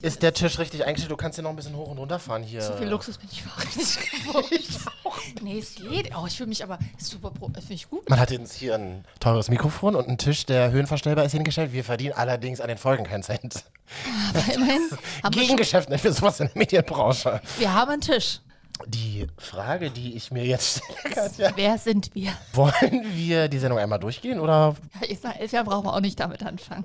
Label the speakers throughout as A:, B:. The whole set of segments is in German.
A: Ist der Tisch richtig eingestellt? Du kannst den noch ein bisschen hoch und runter fahren hier.
B: So viel Luxus bin ich überhaupt nicht gewohnt. nee, es geht. Oh, ich fühle mich aber super, pro- das finde ich gut.
A: Man hat jetzt hier ein teures Mikrofon und einen Tisch, der höhenverstellbar ist, hingestellt. Wir verdienen allerdings an den Folgen keinen Cent.
B: Aber immerhin haben wir, schon,
A: Gegengeschäft nennen wir sowas in der Medienbranche.
B: wir haben einen Tisch.
A: Die Frage, die ich mir jetzt stelle, Katja,
B: Wer sind wir?
A: wollen wir die Sendung einmal durchgehen oder
B: Ja, ich sag, elf Jahre brauchen wir auch nicht damit anfangen.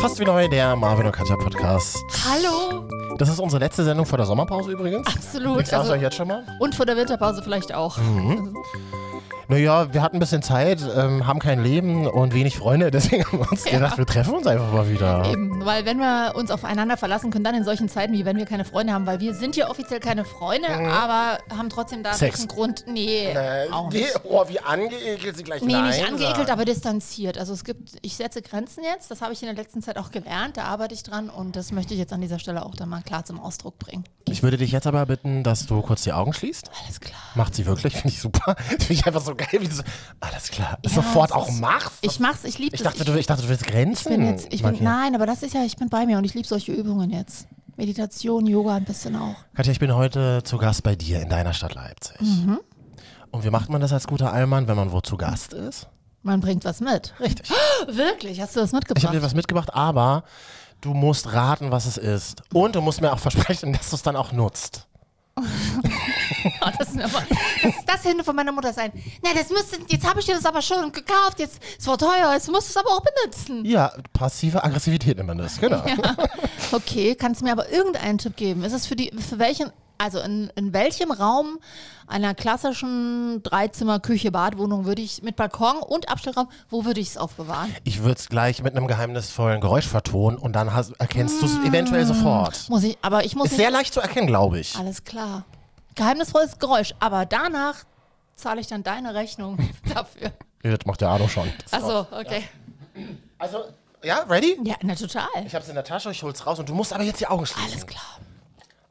A: fast wie neu der Marvin und Katja Podcast?
B: Hallo.
A: Das ist unsere letzte Sendung vor der Sommerpause übrigens. Ich
B: Absolut.
A: sag's euch
B: Also,
A: jetzt schon mal.
B: und vor der Winterpause vielleicht auch. Also,
A: Naja, wir hatten ein bisschen Zeit, ähm, haben kein Leben und wenig Freunde, deswegen haben wir uns gedacht, wir treffen uns einfach mal wieder.
B: Eben, weil wenn wir uns aufeinander verlassen können, dann in solchen Zeiten, wie wenn wir keine Freunde haben, weil wir sind ja offiziell keine Freunde, aber haben trotzdem da
A: Sex.
B: einen Grund. Nee,
A: Äh,
B: auch
A: wie,
B: nicht.
A: oh, wie angeekelt sie gleich
B: Nee,
A: Nein
B: nicht angeekelt,
A: sagen.
B: aber distanziert. Also es gibt, ich setze Grenzen jetzt, das habe ich in der letzten Zeit auch gelernt, da arbeite ich dran und das möchte ich jetzt an dieser Stelle auch dann mal klar zum Ausdruck bringen.
A: Ich würde dich jetzt aber bitten, dass du kurz die Augen schließt.
B: Alles klar.
A: Macht sie wirklich, finde ich super. Finde ich einfach so geil, wie du so, alles klar, sofort
B: das
A: auch
B: ist-
A: machst.
B: Ich mach's, ich liebe
A: Ich
B: das.
A: dachte, du, ich dachte, du willst Grenzen.
B: ich bin jetzt, ich bin,
A: markieren.
B: nein, aber das ist ja, ich bin bei mir und ich liebe solche Übungen jetzt. Meditation, Yoga ein bisschen auch.
A: Katja, ich bin heute zu Gast bei dir in deiner Stadt Leipzig.
B: Mhm.
A: Und wie macht man das als guter Allmann, wenn man wo zu Gast ist?
B: Man bringt was mit.
A: Richtig.
B: Wirklich, hast du das
A: Ich habe
B: mitgebracht?
A: dir was mitgebracht, aber du musst raten, was es ist. Und du musst mir auch versprechen, dass du es dann auch nutzt.
B: Oh, das, ist aber, das ist das Hände von meiner Mutter sein. Na, das müsste, jetzt habe ich dir das aber schon gekauft, jetzt, es war teuer, jetzt musst du es aber auch benutzen.
A: Ja, passive Aggressivität nennt man das, genau.
B: Okay, kannst du mir aber irgendeinen Tipp geben? Ist es für die, für welchen, also in, in welchem Raum einer klassischen Dreizimmer-Küche-Badwohnung würde ich mit Balkon und Abstellraum, wo würde ich es aufbewahren?
A: Ich würde es gleich mit einem geheimnisvollen Geräusch vertonen und dann hast, erkennst du es eventuell sofort.
B: Muss ich, aber ich muss
A: Ist
B: nicht,
A: sehr leicht zu erkennen, glaube ich.
B: alles klar. Geheimnisvolles Geräusch, aber danach zahle ich dann deine Rechnung dafür.
A: Ja, Das macht der Arno schon.
B: Achso, okay.
A: Also, ja, ready?
B: Ja, na total.
A: Ich hab's in der Tasche, ich hol's raus und du musst aber jetzt die Augen schließen.
B: Alles klar.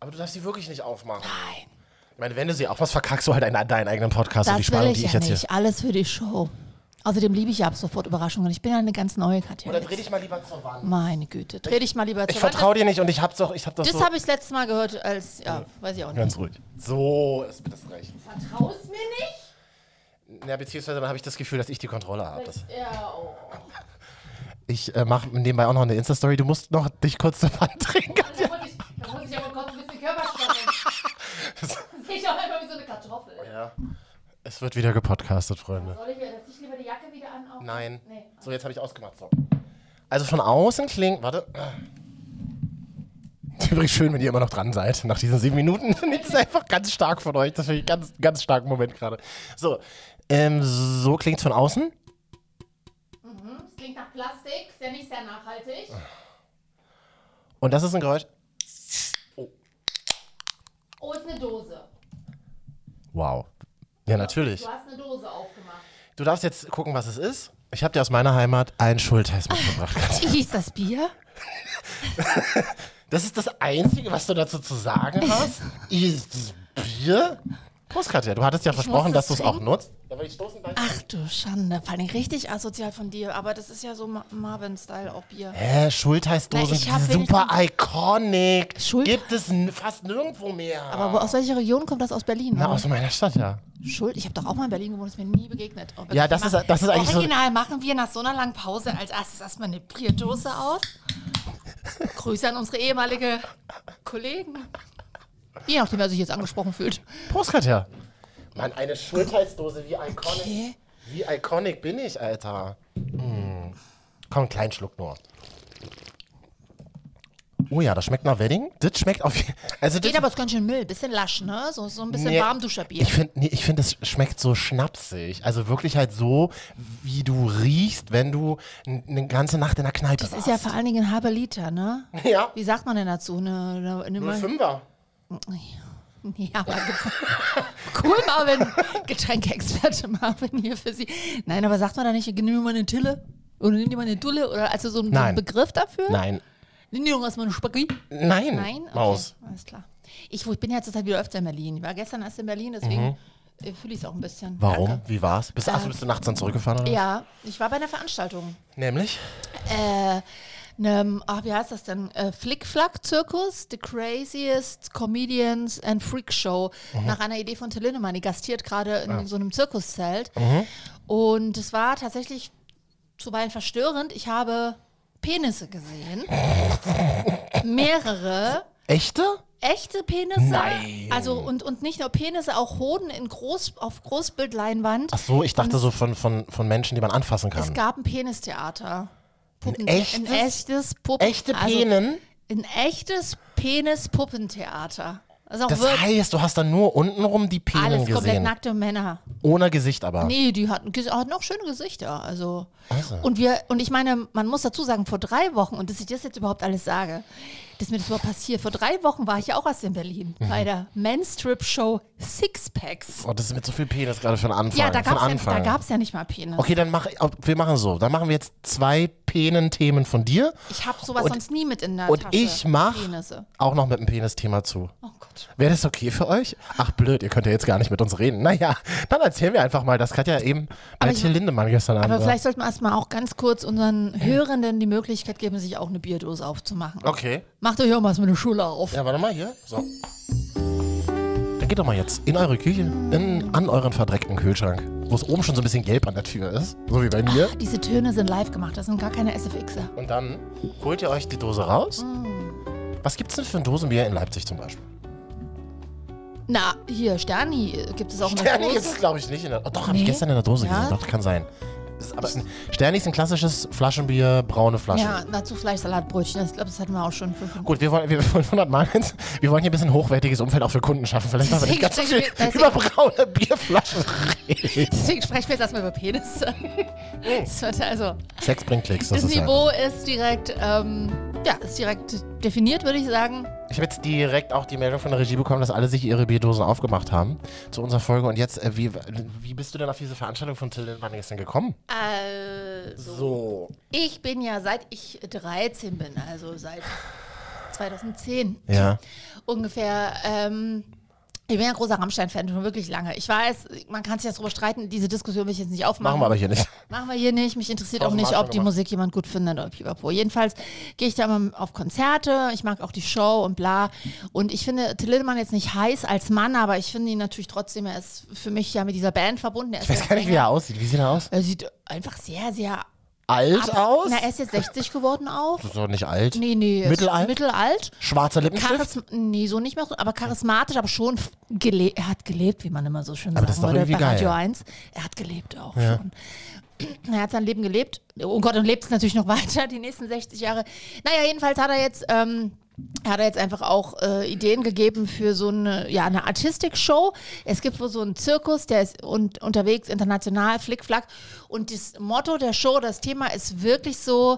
A: Aber du darfst sie wirklich nicht aufmachen.
B: Nein.
A: Ich meine, wenn du sie aufmachst, verkackst du halt einen, deinen eigenen Podcast und die
B: Das will
A: Spannung,
B: ich,
A: die ich
B: ja
A: jetzt
B: nicht. Alles für die Show. Außerdem liebe ich ja ab sofort Überraschungen. Ich bin ja eine ganz neue Katja.
A: hier. Oder dreh
B: jetzt.
A: dich mal lieber zur Wand.
B: Meine Güte, dreh dich mal lieber
A: Ich
B: zur Wand.
A: vertraue dir nicht und ich hab's doch, ich hab das,
B: Das,
A: so.
B: das habe ich letztes Mal gehört, als, ja, weiß ich auch nicht.
A: Ganz ruhig. So ist mir das recht.
B: Vertraust mir nicht?
A: Ja, beziehungsweise dann habe ich das Gefühl, dass ich die Kontrolle habe.
B: Ja, oh.
A: Ich äh, mache nebenbei auch noch eine Insta-Story. Du musst noch dich kurz zur Wand drehen.
B: Da muss ich, da muss ich aber kurz ein bisschen Körperspannung. Sehe ich auch einfach wie so eine Kartoffel.
A: Ja. Es wird wieder gepodcastet, Freunde.
B: Soll ich mir, dass ich lieber die Jacke wieder an? Auch?
A: Nein.
B: Nee.
A: So, jetzt habe ich ausgemacht. So. Also von außen klingt. Warte. Übrigens schön, wenn ihr immer noch dran seid. Nach diesen sieben Minuten finde ich das einfach ganz stark von euch. Das finde ich einen ganz, ganz starken Moment gerade. So, ähm, so klingt es von außen.
B: Das klingt nach Plastik, ist ja nicht sehr nachhaltig.
A: Und das ist ein Geräusch.
B: Oh, ist eine Dose.
A: Wow. Ja, natürlich.
B: hast eine Dose aufgemacht.
A: Du darfst jetzt gucken, was es ist. Ich habe dir aus meiner Heimat einen Schultest mitgebracht. Katja.
B: Hieß das Bier?
A: Das ist das Einzige, was du dazu zu sagen hast? Ist das Bier? Prost, Katja. Du hattest ja versprochen,
B: muss
A: dass
B: das
A: du es auch
B: trinken.
A: nutzt. Da will ich stoßen bei.
B: Ach du Schande, vor allem richtig asozial von dir, aber das ist ja so Ma Marvin-Style auch Bier.
A: Hä, Schultheißdosen,
B: Na, ich hab
A: super iconic.
B: Schuld-
A: Gibt es n- fast nirgendwo mehr.
B: Aber wo, aus welcher Region kommt das? Aus Berlin?
A: Na,
B: oder?
A: aus meiner Stadt, ja.
B: Schuld, ich habe doch auch mal in Berlin gewohnt, ist mir nie begegnet. Oh,
A: Ja, das
B: wir
A: ist-
B: machen-
A: das ist eigentlich so-
B: Original machen wir nach so einer langen Pause als erstes erstmal eine Bierdose aus. Grüße an unsere ehemalige Kollegen. Je nachdem, wer sich jetzt angesprochen fühlt.
A: Prost, Katja. Mann, eine Schultheißdose, wie iconic.
B: Okay.
A: Wie iconic bin ich, Alter. Hm. Komm, einen kleinen Schluck nur. Oh ja, das schmeckt nach Wedding. Das schmeckt auf. Also das
B: Geht aber ist ganz schön Müll, bisschen lasch, ne? So, so ein bisschen
A: Nee,
B: Warmduscherbier.
A: Ich finde, nee, ich find, es schmeckt so schnapsig. Also wirklich halt so, wie du riechst, wenn du n- eine ganze Nacht in der Kneipe
B: Das ist
A: warst.
B: ja vor allen Dingen ein halber Liter, ne?
A: ja,
B: Wie sagt man denn dazu? Eine, eine, eine,
A: 05er.
B: Ja, aber gef- cool, Marvin. Getränkeexperte Marvin hier für Sie. Nein, aber sagt man da nicht, nimm dir mal eine Tille? Oder nimm dir mal eine Dulle? Oder also so ein so einen
A: Nein.
B: Begriff dafür?
A: Nein.
B: Lindung aus meinem Spaghetti.
A: Nein,
B: Nein? Okay,
A: Maus.
B: Alles klar. Ich, wo- ich bin ja zurzeit wieder öfter in Berlin. Ich war gestern erst in Berlin, deswegen äh, fühle ich es auch ein bisschen.
A: Mhm. Warum?
B: Danke. Ähm,
A: Wie war's? Bist, achso, bist du nachts dann zurückgefahren? Oder?
B: Ja, ich war bei einer Veranstaltung.
A: Nämlich?
B: Äh, einem, ach, wie heißt das denn? Äh, Flickflack-Zirkus, The Craziest Comedians and Freak Show.
A: Mhm.
B: Nach einer Idee von Till Lindemann. Die gastiert gerade in so einem Zirkuszelt.
A: Mhm.
B: Und es war tatsächlich zuweilen verstörend. Ich habe Penisse gesehen. Mehrere
A: Echte?
B: echte Penisse.
A: Nein.
B: Also und, und nicht nur Penisse, auch Hoden in Groß, auf Großbildleinwand.
A: Ach so, ich dachte so von, von, von Menschen, die man anfassen kann.
B: Es gab ein Penistheater. Puppen-
A: echtes-
B: ein echtes Puppen
A: Echte
B: also
A: Penen?
B: Ein echtes Penis-Puppentheater. Also auch
A: Das
B: wirklich
A: heißt, du hast dann nur untenrum die Penen
B: alles komplett
A: gesehen.
B: nackte Männer.
A: Ohne Gesicht aber.
B: Nee, die hatten, ges- hatten auch schöne Gesichter. Also.
A: Also.
B: Und wir, und ich meine, man muss dazu sagen, vor drei Wochen, und dass ich das jetzt überhaupt alles sage, dass mir das überhaupt passiert, vor drei Wochen war ich ja auch erst in Berlin
A: Mhm.
B: bei der Men's Trip Show Sixpacks.
A: Oh, das ist mit so viel Penis gerade für den Anfang.
B: Ja, da
A: für den
B: gab es ja,
A: Anfang.
B: da gab's ja nicht mal Penis.
A: Okay, dann mach, oh, wir machen so. Dann machen wir jetzt zwei Penen-Themen von dir.
B: Ich habe sowas
A: Und-
B: sonst nie mit in der
A: Und
B: Tasche.
A: ich mach
B: Penisse.
A: auch noch mit einem Penis-Thema zu.
B: Oh Gott.
A: Wäre das okay für euch? Ach blöd, ihr könnt ja jetzt gar nicht mit uns reden. Naja, dann erzählen wir einfach mal. Das hat ja eben bei
B: Aber ich-
A: Till Lindemann gestern
B: Aber
A: Abend. war.
B: vielleicht sollten wir erstmal auch ganz kurz unseren Hörenden die Möglichkeit geben, sich auch eine Bierdose aufzumachen.
A: Okay.
B: Macht euch auch mal so eine Schule auf.
A: Ja, warte mal hier. So. Dann geht doch mal jetzt in eure Küche, in, an euren verdreckten Kühlschrank, wo es oben schon so ein bisschen gelb an der Tür ist, so wie bei mir.
B: Diese Töne sind live gemacht, das sind gar keine SFXer.
A: Und dann holt ihr euch die Dose raus.
B: Ah.
A: Was gibt's denn für ein Dosenbier in Leipzig zum Beispiel?
B: Na, hier, Sterni äh, gibt es auch in der
A: Sterni
B: Dose.
A: ist es, glaube ich, nicht in der. Oh, doch, habe ich
B: Nee.
A: gestern in der Dose
B: Ja.
A: gesehen. Doch, kann sein. Ist aber ein, Sterni ist ein klassisches Flaschenbier, braune Flasche.
B: Ja, dazu vielleicht Salatbrötchen. Ich glaube, das hatten wir auch schon. fünf-
A: Gut, wir wollen, wir wollen 100 Mal jetzt, wir wollen hier ein bisschen hochwertiges Umfeld auch für Kunden schaffen. Vielleicht machen wir nicht ganz so viel
B: Deswegen- deswegen-
A: über braune Bierflaschen reden.
B: Deswegen sprechen wir jetzt erstmal über Penisse. Das wird also,
A: Sex bringt Klicks. Oh. Das
B: das
A: ist ja.
B: Niveau ist direkt, ähm, ja, ist direkt definiert, würde ich sagen.
A: Ich habe jetzt direkt auch die Meldung von der Regie bekommen, dass alle sich ihre Bierdosen aufgemacht haben zu unserer Folge. Und jetzt, äh, wie, wie bist du denn auf diese Veranstaltung von Till Lindemann gestern gekommen?
B: Also,
A: So.
B: ich bin ja, seit ich 13 bin, also seit 2010,
A: Ja.
B: ungefähr. Ähm, ich bin ja großer Rammstein-Fan, schon wirklich lange. Ich weiß, man kann sich jetzt darüber streiten, diese Diskussion will ich jetzt nicht
A: Machen
B: aufmachen.
A: wir aber hier nicht.
B: Machen wir hier nicht. Mich interessiert auch
A: Tausendmal
B: nicht, ob
A: schon
B: die
A: gemacht.
B: Musik jemand gut findet oder pipapo. Jedenfalls gehe ich da immer auf Konzerte. Ich mag auch die Show und bla. Und ich finde Till Lindemann jetzt nicht heiß als Mann, aber ich finde ihn natürlich trotzdem, er ist für mich ja mit dieser Band verbunden. Er ist
A: Ich weiß
B: jetzt
A: gar nicht, wie
B: länger-
A: er aussieht. Wie sieht er aus?
B: er sieht einfach sehr, sehr
A: Alt aus?
B: Na, er ist jetzt 60 geworden auch.
A: so nicht alt.
B: Nee, nee. er ist
A: Mittelalt?
B: Mittelalt.
A: Schwarzer Lippenstift?
B: Charism nee, so nicht mehr, so, aber charismatisch, aber schon f- gele er hat gelebt, wie man immer so schön
A: das ist
B: sagen
A: doch
B: würde,
A: irgendwie
B: bei Radio
A: geil.
B: 1. Er hat gelebt auch schon. Er hat sein Leben gelebt. Oh Gott, und lebt es natürlich noch weiter, die nächsten 60 Jahre. Naja, jedenfalls hat er jetzt, ähm, hat er jetzt einfach auch äh, Ideen gegeben für so eine, ja, eine Artistik-Show. Es gibt wohl so einen Zirkus, der ist un unterwegs, international, flickflack. Und das Motto der Show, das Thema ist wirklich so,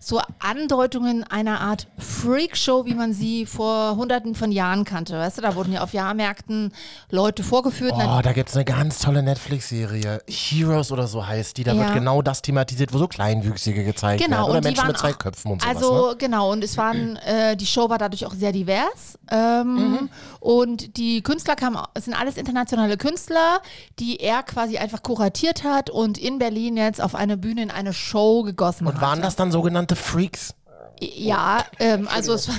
B: so Andeutungen einer Art Freak-Show, wie man sie vor hunderten von Jahren kannte. Weißt du, da wurden ja auf Jahrmärkten Leute vorgeführt. Na-
A: Oh, da gibt es eine ganz tolle Netflix-Serie. Heroes oder so heißt die. Da wird
B: Ja.
A: genau das thematisiert, wo so Kleinwüchsige gezeigt
B: Genau,
A: werden. Oder
B: und die
A: Menschen mit
B: waren
A: zwei
B: auch-
A: Köpfen und sowas.
B: Also
A: ne?
B: genau, und es waren, äh, die Show war dadurch auch sehr divers. Ähm,
A: Mhm.
B: Und die Künstler kamen, au- es sind alles internationale Künstler, die er quasi einfach kuratiert hat und in Berlin jetzt auf eine Bühne in eine Show gegossen
A: Und
B: hat.
A: waren das dann sogenannte Freaks?
B: Ja, ähm, also es war.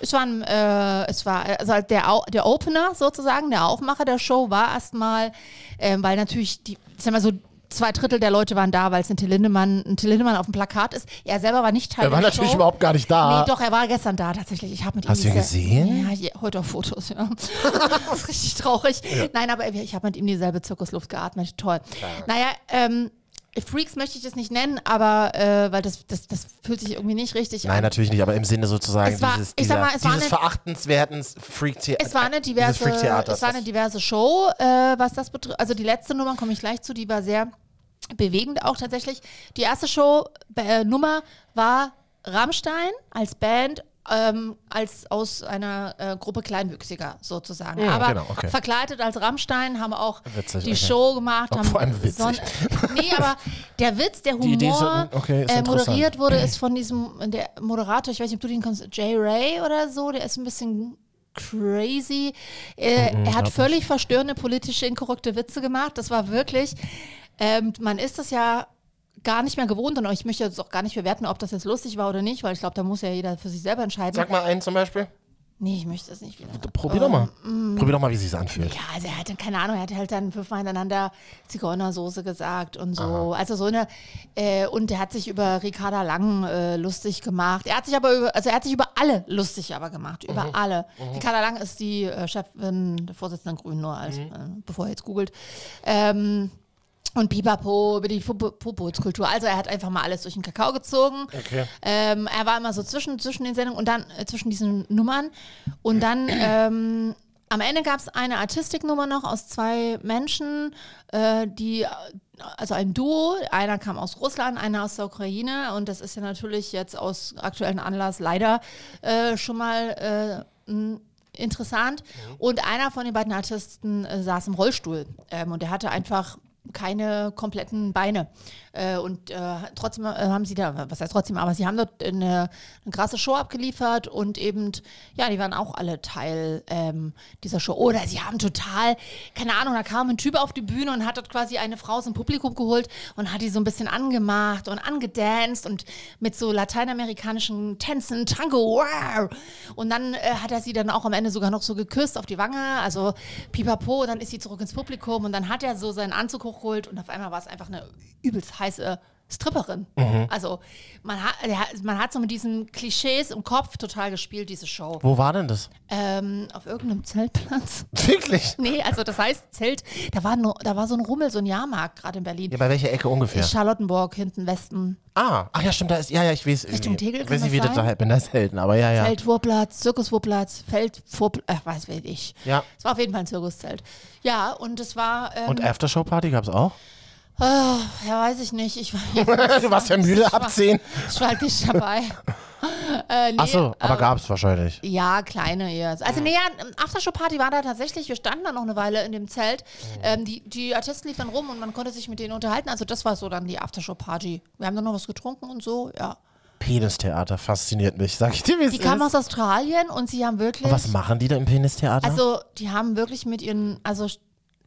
B: Es, waren, äh, es war also halt der, Au- der Opener sozusagen, der Aufmacher der Show war erstmal, ähm, weil natürlich die, ich sag mal so, zwei Drittel der Leute waren da, weil es ein Till Lindemann, ein Till Lindemann auf dem Plakat ist. Er selber war nicht Teil
A: Er war
B: der
A: natürlich
B: Show.
A: überhaupt gar nicht da.
B: Nee, doch, er war gestern da tatsächlich. Ich habe mit
A: Hast
B: ihm
A: du ihn
B: diese-
A: gesehen?
B: Ja, je, heute auf Fotos, ja. das ist richtig traurig. Nein, aber ich habe mit ihm dieselbe Zirkusluft geatmet. Toll. Naja, ähm, Freaks möchte ich das nicht nennen, aber äh, weil das, das, das fühlt sich irgendwie nicht richtig
A: Nein,
B: an.
A: natürlich nicht, aber im Sinne sozusagen
B: Es war-
A: dieses,
B: ich sag
A: dieser,
B: mal, es war
A: dieses
B: eine-
A: verachtenswerten Freak-The- äh,
B: Es war eine
A: dieses
B: diverse,
A: Freak-Theaters.
B: es war eine diverse Show, äh, was das betrifft. Also die letzte Nummer komme ich gleich zu, die war sehr bewegend auch tatsächlich. Die erste Show äh, Nummer war Rammstein als Band ähm, als aus einer äh, Gruppe Kleinwüchsiger sozusagen.
A: Ja,
B: Aber
A: genau, okay.
B: verkleidet als Rammstein haben wir auch
A: Witzig,
B: die
A: okay.
B: Show gemacht.
A: Auch
B: Haben
A: vor allem witzig.
B: nee, aber der Witz, der
A: Die Idee ist-
B: Humor,
A: okay, ist
B: äh,
A: interessant.
B: moderiert wurde, ist von diesem der Moderator, ich weiß nicht, ob du den kennst, Jay Ray oder so, der ist ein bisschen crazy. Äh,
A: Mhm,
B: er hat völlig verstörende politische, inkorrekte Witze gemacht. Das war wirklich, ähm, man ist das ja gar nicht mehr gewohnt und ich möchte jetzt auch gar nicht bewerten, ob das jetzt lustig war oder nicht, weil ich glaube, da muss ja jeder für sich selber entscheiden.
A: Sag mal einen zum Beispiel.
B: Nee, ich möchte das nicht wieder.
A: Probier
B: Ähm,
A: doch mal.
B: mm.
A: Probier doch mal, wie sie es anfühlt.
B: Ja, also er hatte, keine Ahnung, er hatte halt dann fünfmal hintereinander Zigeunersoße gesagt und so. Also so eine, äh, und er hat sich über Ricarda Lang äh, lustig gemacht. Er hat sich aber über, also er hat sich über alle lustig aber gemacht, über alle. Ricarda Lang ist die äh, Chefin, der Vorsitzende der Grünen, nur als, äh, bevor ihr jetzt googelt. Ähm, und Pipapo über die Popolskultur. Also er hat einfach mal alles durch den Kakao gezogen.
A: Okay.
B: Ähm, er war immer so zwischen, zwischen den Sendungen und dann äh, zwischen diesen Nummern. Und dann ähm, am Ende gab es eine Artistiknummer noch aus zwei Menschen, äh, die, äh, also ein Duo. Einer kam aus Russland, einer aus der Ukraine. Und das ist ja natürlich jetzt aus aktuellem Anlass leider äh, schon mal äh, ein interessant. Und einer von den beiden Artisten äh, saß im Rollstuhl ähm, und er hatte einfach keine kompletten Beine. Äh, und äh, trotzdem äh, haben sie da, was heißt trotzdem, aber sie haben dort eine, eine krasse Show abgeliefert und eben, ja, die waren auch alle Teil ähm, dieser Show. Oder sie haben total, keine Ahnung, da kam ein Typ auf die Bühne und hat dort quasi eine Frau aus dem Publikum geholt und hat die so ein bisschen angemacht und angedanced und mit so lateinamerikanischen Tänzen, Tango, wow. Und dann äh, hat er sie dann auch am Ende sogar noch so geküsst auf die Wange, also pipapo, und dann ist sie zurück ins Publikum und dann hat er so seinen Anzug hochgeholt und auf einmal war es einfach eine übelst heiße Stripperin. Also man hat, er hat- man hat so mit diesen Klischees im Kopf total gespielt, diese Show.
A: Wo war denn das?
B: Ähm, auf irgendeinem Zeltplatz.
A: Wirklich?
B: Nee, also das heißt Zelt, da war, nur, da war so ein Rummel, so ein Jahrmarkt gerade in Berlin.
A: Ja, bei welcher Ecke ungefähr?
B: Charlottenburg, hinten Westen,
A: ah, ach ja, stimmt, da ist. Ja, ja, ich weiß.
B: Richtung
A: irgendwie.
B: Tegel kann
A: Weiß nicht,
B: das
A: wie das
B: sein?
A: da halt bin, das ist selten, aber ja, ja.
B: Feldwurplatz, Zirkuswurplatz, Feldwurplatz, ach, äh, was weiß ich.
A: Ja.
B: Es war auf jeden Fall ein Zirkuszelt. Ja, und es war, ähm,
A: Und Aftershow-Party gab's auch?
B: ja, weiß ich nicht, ich war,
A: du warst ja müde ab 10.
B: ich war halt nicht dabei. äh, nee,
A: Ach so, aber gab's wahrscheinlich.
B: Ja, kleine eher. Also nee, ja, ähm, Aftershow-Party war da tatsächlich. Wir standen da noch eine Weile in dem Zelt.
A: Oh.
B: Ähm, die, die Artisten liefen rum und man konnte sich mit denen unterhalten. Also das war so dann die Aftershow-Party. Wir haben dann noch was getrunken und so, ja.
A: Penistheater fasziniert mich, sag ich dir, wie es
B: Die
A: ist.
B: kamen aus Australien und sie haben wirklich...
A: Was machen die da im Penistheater?
B: Also, die haben wirklich mit ihren, also sch-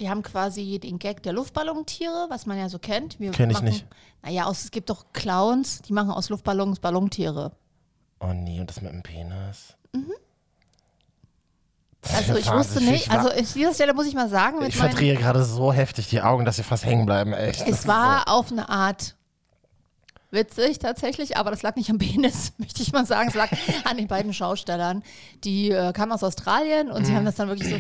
B: die haben quasi den Gag der Luftballontiere, was man ja so kennt. Wir
A: Kenn ich
B: machen-
A: nicht.
B: Naja, aus, es gibt doch Clowns, die machen aus Luftballons Ballontiere.
A: oh nee, und das mit dem Penis.
B: Also ich
A: Wahnsinn,
B: wusste nicht,
A: ich war-
B: also an dieser Stelle muss ich mal sagen, mit
A: Ich
B: meinen-
A: verdrehe gerade so heftig die Augen, dass sie fast hängen bleiben, echt. Das
B: es
A: ist
B: war auf eine Art witzig tatsächlich, aber das lag nicht am Penis, möchte ich mal sagen. Es lag an den beiden Schaustellern. Die äh, kamen aus Australien und sie
A: Mhm.
B: haben das dann wirklich so.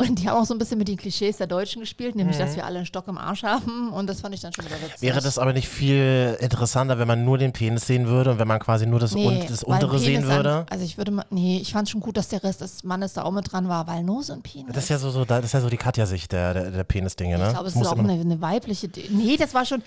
B: Und die haben auch so ein bisschen mit den Klischees der Deutschen gespielt, nämlich
A: Mhm.
B: dass wir alle einen Stock im Arsch haben. Und das fand ich dann schon wieder witzig.
A: so. Wäre das aber nicht viel interessanter, wenn man nur den Penis sehen würde und wenn man quasi nur das, un das
B: weil
A: untere
B: Penis
A: sehen
B: an-
A: würde?
B: also ich würde mal, nee, ich fand schon gut, dass der Rest des Mannes da auch mit dran war, weil Nose und Penis.
A: Das ist ja so, so da- das ist ja so die Katja-Sicht der, der, der Penis-Dinge, ne?
B: ich glaube, es
A: Muss
B: ist auch
A: immer-
B: eine, eine weibliche. De nee, das war schon.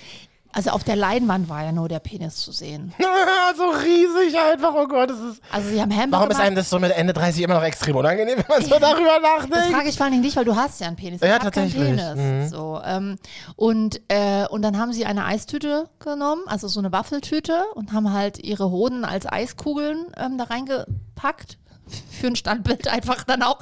B: Also auf der Leinwand war ja nur der Penis zu sehen.
A: so Also riesig einfach, oh Gott, das ist.
B: Also sie haben Hamburger.
A: Warum ist
B: gemacht.
A: einem das so mit Ende 30 immer noch extrem unangenehm, wenn man so darüber
B: Das
A: nachdenkt?
B: frage ich vor allen Dingen dich, weil du hast ja einen Penis.
A: Äh, Ja,
B: ich hab
A: tatsächlich. Mhm.
B: Keinen Penis. So, ähm, und, äh, und dann haben sie eine Eistüte genommen, also so eine Waffeltüte, und haben halt ihre Hoden als Eiskugeln ähm, da reingepackt. Für ein Standbild einfach dann auch.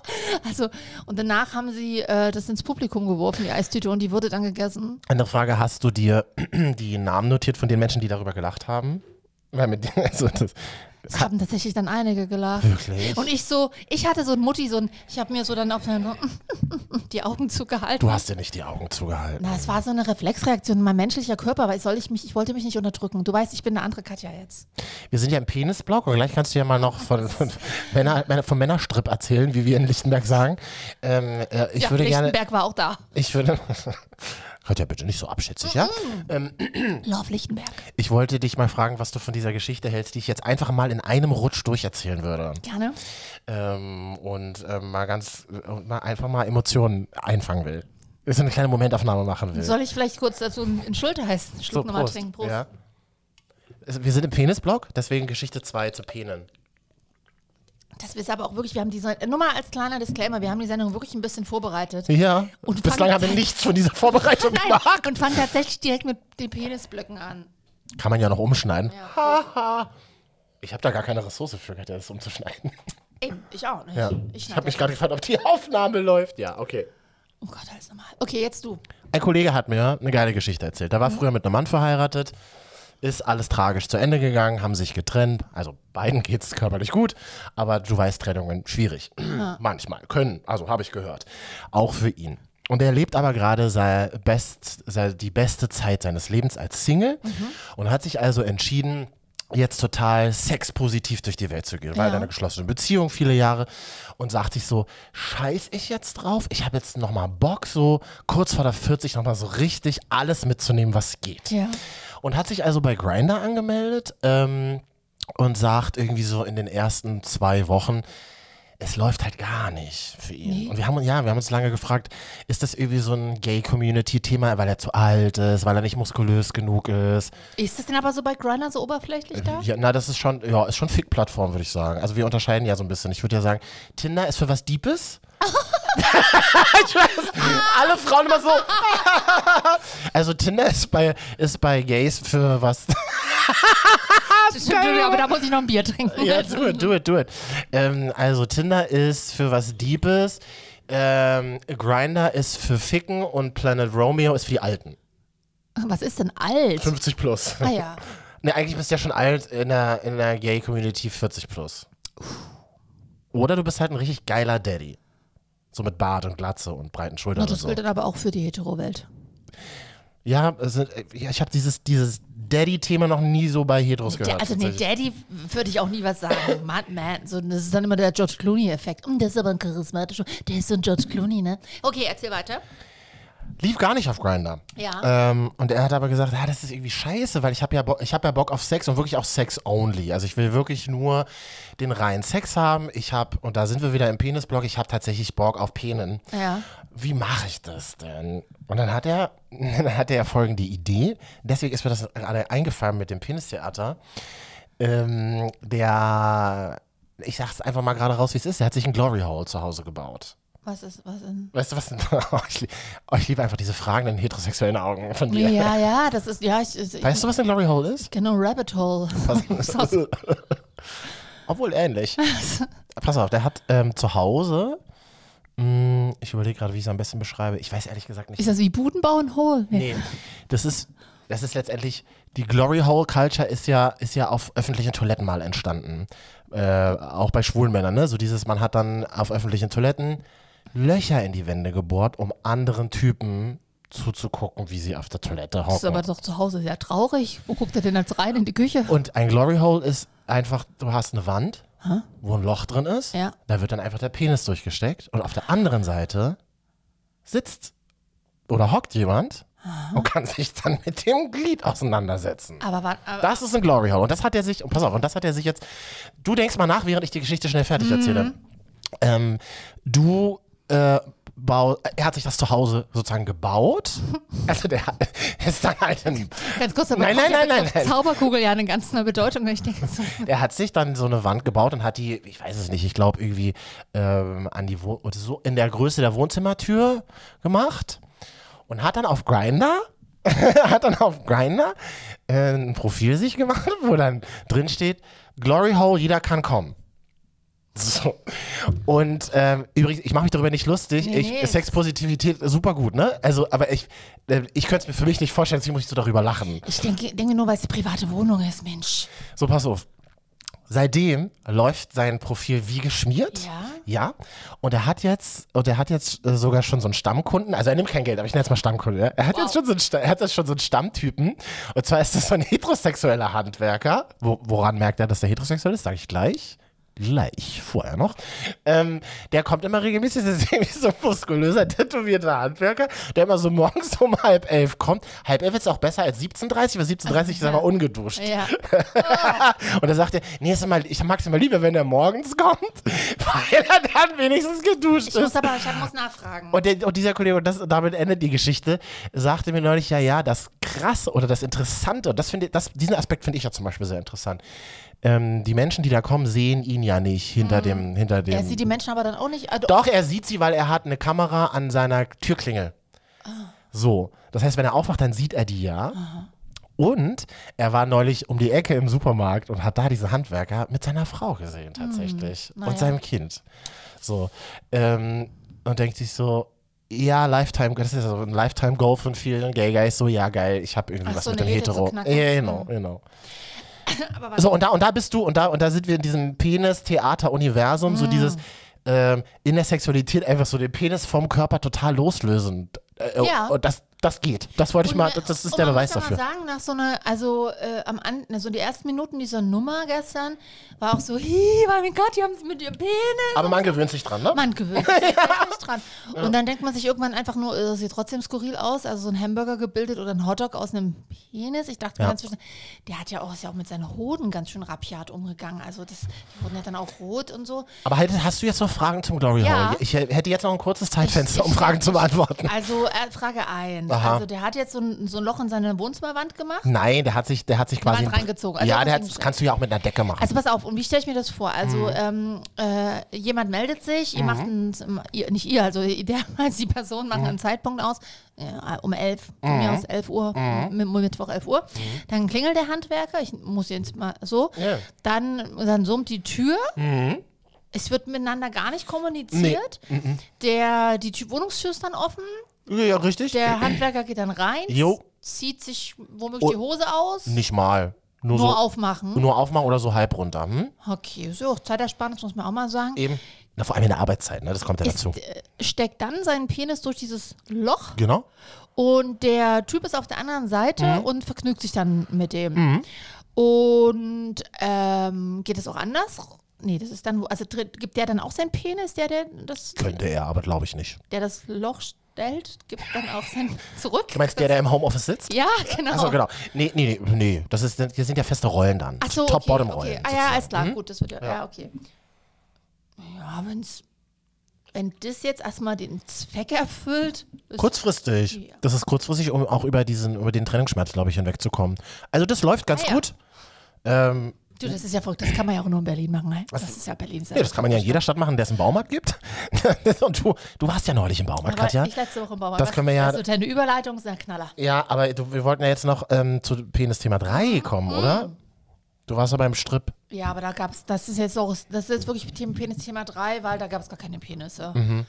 B: Also, und danach haben sie äh, das ins Publikum geworfen, die Eistüte, und die wurde dann gegessen.
A: Andere Frage, hast du dir die Namen notiert von den Menschen, die darüber gelacht haben? Weil mit also das,
B: Es haben tatsächlich dann einige gelacht.
A: Wirklich?
B: Und ich so, ich hatte so ein Mutti, so ein, ich habe mir so dann auf den- die Augen zugehalten.
A: du hast dir nicht die Augen zugehalten.
B: Na, es war so eine Reflexreaktion, mein menschlicher Körper, weil soll ich mich, ich wollte mich nicht unterdrücken. Du weißt, ich bin eine andere Katja jetzt.
A: Wir sind ja im Penisblock und gleich kannst du ja mal noch von, von, Männer, Männer- vom Männerstrip erzählen, wie wir in Lichtenberg sagen. Ähm, äh, ich
B: ja,
A: würde gerne,
B: Lichtenberg war auch da.
A: ich würde, Gott ja bitte nicht so abschätzig, ja? Ähm,
B: Love Lichtenberg.
A: Ich wollte dich mal fragen, was du von dieser Geschichte hältst, die ich jetzt einfach mal in einem Rutsch durcherzählen würde.
B: Gerne.
A: ähm, und ähm, mal ganz und mal einfach mal Emotionen einfangen will. So eine kleine Momentaufnahme machen will.
B: Soll ich vielleicht kurz dazu einen Schulter heißen? Einen Schluck nochmal trinken. Prost.
A: Ja. Also, wir sind im Penisblock, deswegen Geschichte 2 zu Penen.
B: Das ist aber auch wirklich, wir haben die Sendung, nur mal als kleiner Disclaimer, wir haben die Sendung wirklich ein bisschen vorbereitet.
A: Ja.
B: Und
A: Bislang
B: fangen-
A: haben wir nichts von dieser Vorbereitung
B: Nein,
A: gemacht.
B: und fangen tatsächlich direkt mit den Penisblöcken an.
A: Kann man ja noch umschneiden.
B: Ja,
A: Haha. Ich habe da gar keine Ressource für, Katja, das umzuschneiden.
B: Eben, ich auch nicht.
A: Ja.
B: Ich,
A: Ich
B: schneide
A: habe mich gerade gefragt, ob die Aufnahme läuft. Ja, okay.
B: Oh Gott, alles normal. Okay, jetzt du.
A: Ein Kollege hat mir eine geile Geschichte erzählt. Der war früher mit einem Mann verheiratet, ist alles tragisch zu Ende gegangen, haben sich getrennt. Also beiden geht es körperlich gut, aber du weißt, Trennungen schwierig. Manchmal können, also habe ich gehört. Auch für ihn. Und er lebt aber gerade sei best, sei die beste Zeit seines Lebens als Single und hat sich also entschieden, jetzt total sexpositiv durch die Welt zu gehen, weil
B: Ja.
A: er eine geschlossene Beziehung viele Jahre und sagt sich so, scheiß ich jetzt drauf? Ich habe jetzt nochmal Bock, so kurz vor der 40 nochmal so richtig alles mitzunehmen, was geht.
B: Ja.
A: Und hat sich also bei Grinder angemeldet ähm, und sagt irgendwie so in den ersten zwei Wochen, es läuft halt gar nicht für ihn. Und wir haben, ja, wir haben uns lange gefragt, ist das irgendwie so ein Gay-Community-Thema, weil er zu alt ist, weil er nicht muskulös genug ist?
B: Ist das denn aber so bei Grindr so oberflächlich da?
A: Ja, na, das ist schon, ja, ist schon Fick-Plattform, würde ich sagen. Also wir unterscheiden ja so ein bisschen. Ich würde ja sagen, Tinder ist für was Deepes. ich weiß, alle Frauen immer so. also Tinder ist bei, ist bei Gays für was.
B: aber da muss ich noch ein Bier trinken. Also,
A: ja, do it, do it, do it. Ähm, also Tinder ist für was Deepes. Ähm, Grinder ist für Ficken und Planet Romeo ist für die Alten.
B: Was ist denn alt?
A: 50 plus.
B: Ah ja.
A: Ne, eigentlich bist du ja schon alt in der, in der Gay-Community 40 plus. Oder du bist halt ein richtig geiler Daddy. So mit Bart und Glatze und breiten Schultern und
B: das
A: so.
B: gilt dann aber auch für die Hetero-Welt.
A: Ja, also, äh, ja, ich habe dieses, dieses Daddy-Thema noch nie so bei Hedros gehört.
B: also nee,
A: tatsächlich.
B: Daddy würde ich auch nie was sagen. Mann, man. So, das ist dann immer der George Clooney-Effekt. Hm, der ist aber ein charismatischer. Der ist so ein George Clooney, ne? Okay, erzähl weiter.
A: Lief gar nicht auf Grinder.
B: Ja.
A: Ähm, und er hat aber gesagt, ja, das ist irgendwie scheiße, weil ich habe ja, Bo ich hab ja Bock auf Sex und wirklich auch Sex only. Also ich will wirklich nur den reinen Sex haben. Ich habe, und da sind wir wieder im Penisblock, ich habe tatsächlich Bock auf Penen.
B: Ja.
A: wie mache ich das denn? Und dann hat er, dann hatte er folgende Idee. Deswegen ist mir das gerade eingefallen mit dem Penistheater. Ähm, der, ich sag's einfach mal gerade raus, wie es ist. Er hat sich ein Glory Hole zu Hause gebaut.
B: Was ist, was in?
A: Weißt du was? ich, lieb- oh, ich liebe einfach diese fragenden heterosexuellen Augen von dir.
B: Ja, ja, das ist, ja, ich, ich, ich
A: Weißt du, was ein Glory Hole ist?
B: kenne nur Rabbit Hole.
A: Obwohl ähnlich. Pass auf, der hat ähm, zu Hause, mh, ich überlege gerade, wie ich es am besten beschreibe. Ich weiß ehrlich gesagt nicht,
B: Ist das wie Buden bauen? Hole?
A: Nee, das ist, das ist letztendlich, die Glory Hole Culture ist ja, ist ja auf öffentlichen Toiletten mal entstanden. Äh, auch bei schwulen Männern, ne? So dieses, man hat dann auf öffentlichen Toiletten Löcher in die Wände gebohrt, um anderen Typen zuzugucken, wie sie auf der Toilette
B: Das ist aber
A: hocken.
B: doch zu Hause sehr traurig. Wo guckt er denn jetzt rein? In die Küche?
A: Und ein Glory Hole ist einfach, du hast eine Wand, wo ein Loch drin ist,
B: Ja.
A: da wird dann einfach der Penis durchgesteckt und auf der anderen Seite sitzt oder hockt jemand und kann sich dann mit dem Glied auseinandersetzen.
B: Aber, war, aber
A: Das ist ein Glory Hole. Und das hat er sich, und pass auf, und das hat er sich jetzt. Du denkst mal nach, während ich die Geschichte schnell fertig erzähle. Ähm, du äh, bau, er hat sich das zu Hause sozusagen gebaut. Also der hat- ist dann halt ein,
B: ganz kurz, aber
A: Nein, nein,
B: ich hab
A: nein,
B: jetzt
A: nein,
B: auf Zauberkugel ja eine ganz neue Bedeutung. Ich denke, so,
A: Er hat sich dann so eine Wand gebaut und hat die, ich weiß es nicht, ich glaube irgendwie ähm, an die Wohn oder so in der Größe der Wohnzimmertür gemacht und hat dann auf Grinder hat dann auf Grinder äh, ein Profil sich gemacht, wo dann drin steht Glory Hole, jeder kann kommen. So. Und ähm, übrigens, ich mache mich darüber nicht lustig.
B: Nee, nee.
A: ich, Sexpositivität super gut, ne? Also, aber ich, äh, ich könnte es mir für mich nicht vorstellen, deswegen muss ich so darüber lachen.
B: ich denke, denke nur, weil es die private Wohnung ist, Mensch.
A: So, pass auf. Seitdem läuft sein Profil wie geschmiert.
B: Ja.
A: Ja. Und er hat jetzt, und er hat jetzt äh, sogar schon so einen Stammkunden. Also er nimmt kein Geld, aber ich nenne jetzt mal Stammkunden. Ja? Er hat jetzt schon so einen, Sta- er hat jetzt schon so einen Stammtypen. Und zwar ist das so ein heterosexueller Handwerker. Wo, woran merkt er, dass er heterosexuell ist? Sage ich gleich. Gleich, vorher noch. Ähm, der kommt immer regelmäßig, das ist irgendwie so ein muskulöser, tätowierter Handwerker, der immer so morgens um halb elf kommt. Halb elf ist auch besser als 17.30 weil 17.30 ist aber ungeduscht.
B: Ja.
A: Und dann sagt er, nee, ist immer, ich mag es immer lieber, wenn er morgens kommt, weil er dann wenigstens geduscht
B: Ich muss
A: ist.
B: aber, ich muss nachfragen.
A: Und, der, und dieser Kollege, und das, damit endet die Geschichte, sagte mir neulich, ja, ja, das Krasse oder das Interessante, und das finde, das, diesen Aspekt finde ich ja zum Beispiel sehr interessant. ähm, die Menschen, die da kommen, sehen ihn ja nicht hinter dem, hinter dem.
B: Mhm. Er sieht die Menschen aber dann auch nicht. Also,
A: Doch, er sieht sie, weil er hat eine Kamera an seiner Türklingel.
B: Ah.
A: So. Das heißt, wenn er aufwacht, dann sieht er die ja. Und er war neulich um die Ecke im Supermarkt und hat da diesen Handwerker mit seiner Frau gesehen tatsächlich.
B: Hm, naja.
A: Und seinem Kind. So. Ähm, und denkt sich so, ja, Lifetime, das ist ja so ein Lifetime-Goal von vielen Gay Guys, so ja geil, ich habe irgendwie
B: Ach,
A: was
B: so
A: mit dem
B: eine Hete zu
A: Hetero.
B: knacken. Hm.
A: Ja, genau, genau.
B: aber was,
A: So, und da, und da bist du, und da, und da sind wir in diesem Penis-Theater-Universum,
B: Mhm.
A: so dieses ähm, in der Sexualität einfach so den Penis vom Körper total loslösen. Äh,
B: Ja.
A: Und das, das geht. Das wollte ich
B: Und
A: mal,
B: mir-
A: das, das ist
B: und
A: der
B: man
A: Beweis
B: muss ja
A: dafür.
B: Mal sagen, nach so einer, also äh, am An also die ersten Minuten dieser Nummer gestern war auch so, hi, mein Gott, die haben es mit ihrem Penis.
A: Aber man gewöhnt sich dran, ne?
B: Man gewöhnt sich wirklich dran. Und dann denkt man sich irgendwann einfach nur, äh, sieht trotzdem skurril aus. Also so ein Hamburger gebildet oder ein Hotdog aus einem Penis. Ich dachte
A: Ja.
B: mir inzwischen, der hat ja auch, ist ja auch mit seinen Hoden ganz schön rabiat umgegangen. Also das, die wurden ja dann auch rot und so.
A: Aber halt, hast du jetzt noch Fragen zum Glory
B: Ja.
A: Hole? Ich äh, hätte jetzt noch ein kurzes Zeitfenster,
B: Ich-
A: um
B: ich-
A: Fragen zu beantworten.
B: Also äh, Frage 1.
A: Aha.
B: Also der hat jetzt so ein, so ein Loch in seine Wohnzimmerwand gemacht.
A: Nein, der hat sich, der hat sich quasi.
B: Wand reingezogen. Also
A: ja,
B: hat
A: der
B: sich
A: hat, das
B: hingestellt.
A: kannst du ja auch mit einer Decke machen.
B: Also pass auf, und wie stelle ich mir das vor? Also
A: Mhm.
B: ähm, äh, jemand meldet sich, ihr macht einen, ihr, nicht ihr, also idealerweise die Person macht einen Zeitpunkt aus, äh, um 11, von
A: Mhm.
B: mir aus 11 Uhr, M Mittwoch 11 Uhr. Dann klingelt der Handwerker, ich muss jetzt mal so,
A: Ja. Mhm.
B: dann, dann summt die Tür. Es wird miteinander gar nicht kommuniziert. Der, die Tür, Wohnungstür ist dann offen.
A: ja, richtig?
B: Also Der Handwerker geht dann rein,
A: Jo.
B: zieht sich womöglich die Hose aus,
A: Nicht mal. Nur,
B: nur
A: so.
B: aufmachen.
A: Nur aufmachen oder so halb runter. Hm?
B: Okay, so, Zeitersparnis muss man auch mal sagen.
A: Eben. Na, vor allem in der Arbeitszeit, ne? Das kommt ja
B: Ist,
A: dazu.
B: äh, steckt dann seinen Penis durch dieses Loch
A: Genau.
B: und der Typ ist auf der anderen Seite und vergnügt sich dann mit dem. Und ähm, geht es auch anders? Nee, das ist dann, wo- also tritt- gibt der dann auch seinen Penis, der, der, das,
A: Könnte er, aber glaube ich nicht.
B: der das Loch stellt, gibt dann auch seinen zurück?
A: Du meinst der, der im Homeoffice sitzt?
B: ja, genau.
A: Achso, genau. Nee, nee, nee, nee. Das, ist, das sind ja feste Rollen dann.
B: Ach so, okay,
A: Top-Bottom-Rollen.
B: Okay. Ah ja,
A: sozusagen.
B: alles klar, gut, das wird ja, ja. okay. Ja, wenn's, wenn das jetzt erstmal den Zweck erfüllt, ist
A: Kurzfristig. Das ist kurzfristig, um auch über, diesen, über den Trennungsschmerz, glaube ich, hinwegzukommen. Also das läuft ganz
B: Ah ja.
A: gut. Ähm,
B: Du, das ist ja verrückt. Das kann man ja auch nur in Berlin machen. Ne? Das ist ja Berlin
A: ja, das kann man ja in jeder Stadt machen, der es einen Baumarkt gibt. Und du, du warst ja neulich im Baumarkt,
B: Aber
A: Katja.
B: ich letzte Woche im Baumarkt.
A: Das
B: Was-
A: können wir ja-
B: Also deine Überleitung ist ein Knaller.
A: Ja, aber du, wir wollten ja jetzt noch ähm, zu Penis-Thema
B: Mhm.
A: 3 kommen, oder? Du warst aber im Strip.
B: Ja, aber da gab es, das ist jetzt auch, das ist jetzt wirklich Thema Penis Thema 3, weil da gab es gar keine Penisse.
A: Mhm.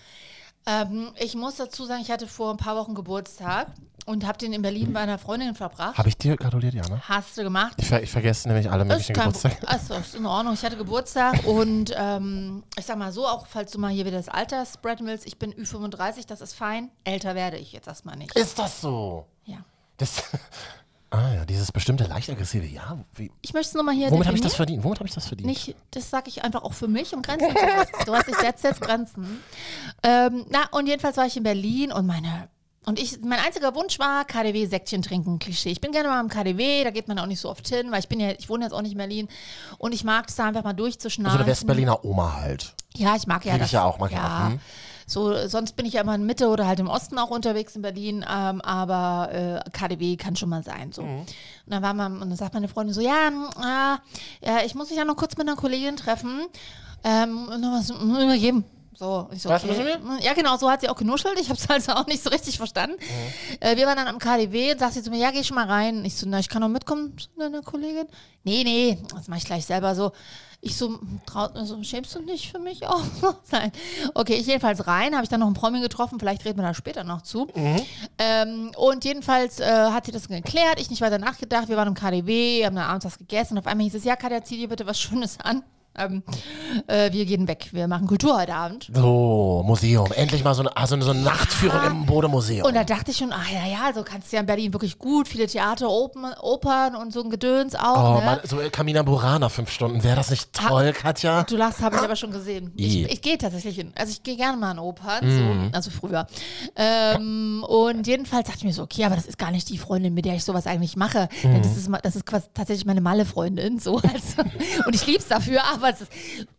B: Ähm, ich muss dazu sagen, ich hatte vor ein paar Wochen Geburtstag und habe den in Berlin bei einer Freundin verbracht.
A: Habe ich dir gratuliert, ja, ne?
B: Hast du gemacht?
A: Mhm. Ich, ver ich vergesse nämlich alle möglichen Geburtstage.
B: Pro- Achso, ist in Ordnung. Ich hatte Geburtstag und ähm, ich sag mal so, auch falls du mal hier wieder das Alter spreaden willst, ich bin Ü35, das ist fein. Älter werde ich jetzt erstmal nicht.
A: Ist das so?
B: Ja.
A: Das, ah ja, dieses bestimmte leicht aggressive Ja. Wie,
B: Ich möchte es nochmal hier
A: womit habe ich
B: definieren.
A: das verdient? Womit habe ich das verdient?
B: nicht, das sage ich einfach auch für mich, um Grenzen zu setzen. Du hast, ich setze jetzt Grenzen. Ähm, na, und jedenfalls war ich in Berlin und meine. Und ich, mein einziger Wunsch war, KDW-Säckchen trinken, Klischee. Ich bin gerne mal im KDW, da geht man auch nicht so oft hin, weil ich bin ja, ich wohne jetzt auch nicht in Berlin und ich mag es da einfach
A: So
B: mal
A: eine
B: durchzuschneiden.
A: Westberliner Oma halt.
B: Ja, ich mag ja
A: Lieb ich
B: das.
A: ja auch, mag ich auch, hm.
B: So, äh, sonst bin ich ja immer in Mitte oder halt im Osten auch unterwegs in Berlin, ähm, aber äh, KDW kann schon mal sein.
A: Mhm.
B: So. Und dann war man, und dann sagt meine Freundin so, ja, mm, ah, ja, ich muss mich ja noch kurz mit einer Kollegin treffen ähm, und noch was mm, übergeben. So, ich so,
A: Was
B: okay.
A: müssen wir?
B: Ja, genau, so hat sie auch genuschelt. Ich habe es also auch nicht so richtig verstanden. Äh, wir waren dann am KDW und sagt sie zu mir, ja, geh schon mal rein. Ich so, na, ich kann doch mitkommen zu deiner Kollegin. Nee, nee, das mache ich gleich selber so. Ich so, traut, also, schämst du nicht für mich auch? Nein. Okay, ich jedenfalls rein, habe ich dann noch einen Promi getroffen, vielleicht reden wir da später noch zu. Ähm, und jedenfalls äh, hat sie das geklärt, ich nicht weiter nachgedacht. Wir waren im KDW, haben dann abends was gegessen und auf einmal hieß es, ja, Katja, zieh dir bitte was Schönes an. Ähm, äh, wir gehen weg, wir machen Kultur heute Abend.
A: So, Museum. Endlich mal so eine, ah, so eine, so eine Nachtführung im Bodemuseum.
B: Und da dachte ich schon, ach ja, ja, so kannst du ja in Berlin wirklich gut, viele Theater, Open, Opern und so ein Gedöns auch.
A: Oh
B: ne?
A: Mann, so Kamina Burana fünf Stunden. Wäre das nicht toll, Katja?
B: Du lachst, habe ich aber schon gesehen. Ich,
A: I.
B: ich gehe tatsächlich hin. Also ich gehe gerne mal in Opern,
A: Mhm.
B: so, also früher. Ähm, und jedenfalls dachte ich mir so, okay, aber das ist gar nicht die Freundin, mit der ich
A: Mhm.
B: sowas eigentlich mache. Denn das ist, ma- das ist quasi tatsächlich meine Malle-Freundin. So. Also, und ich liebe es dafür, aber aber es ist,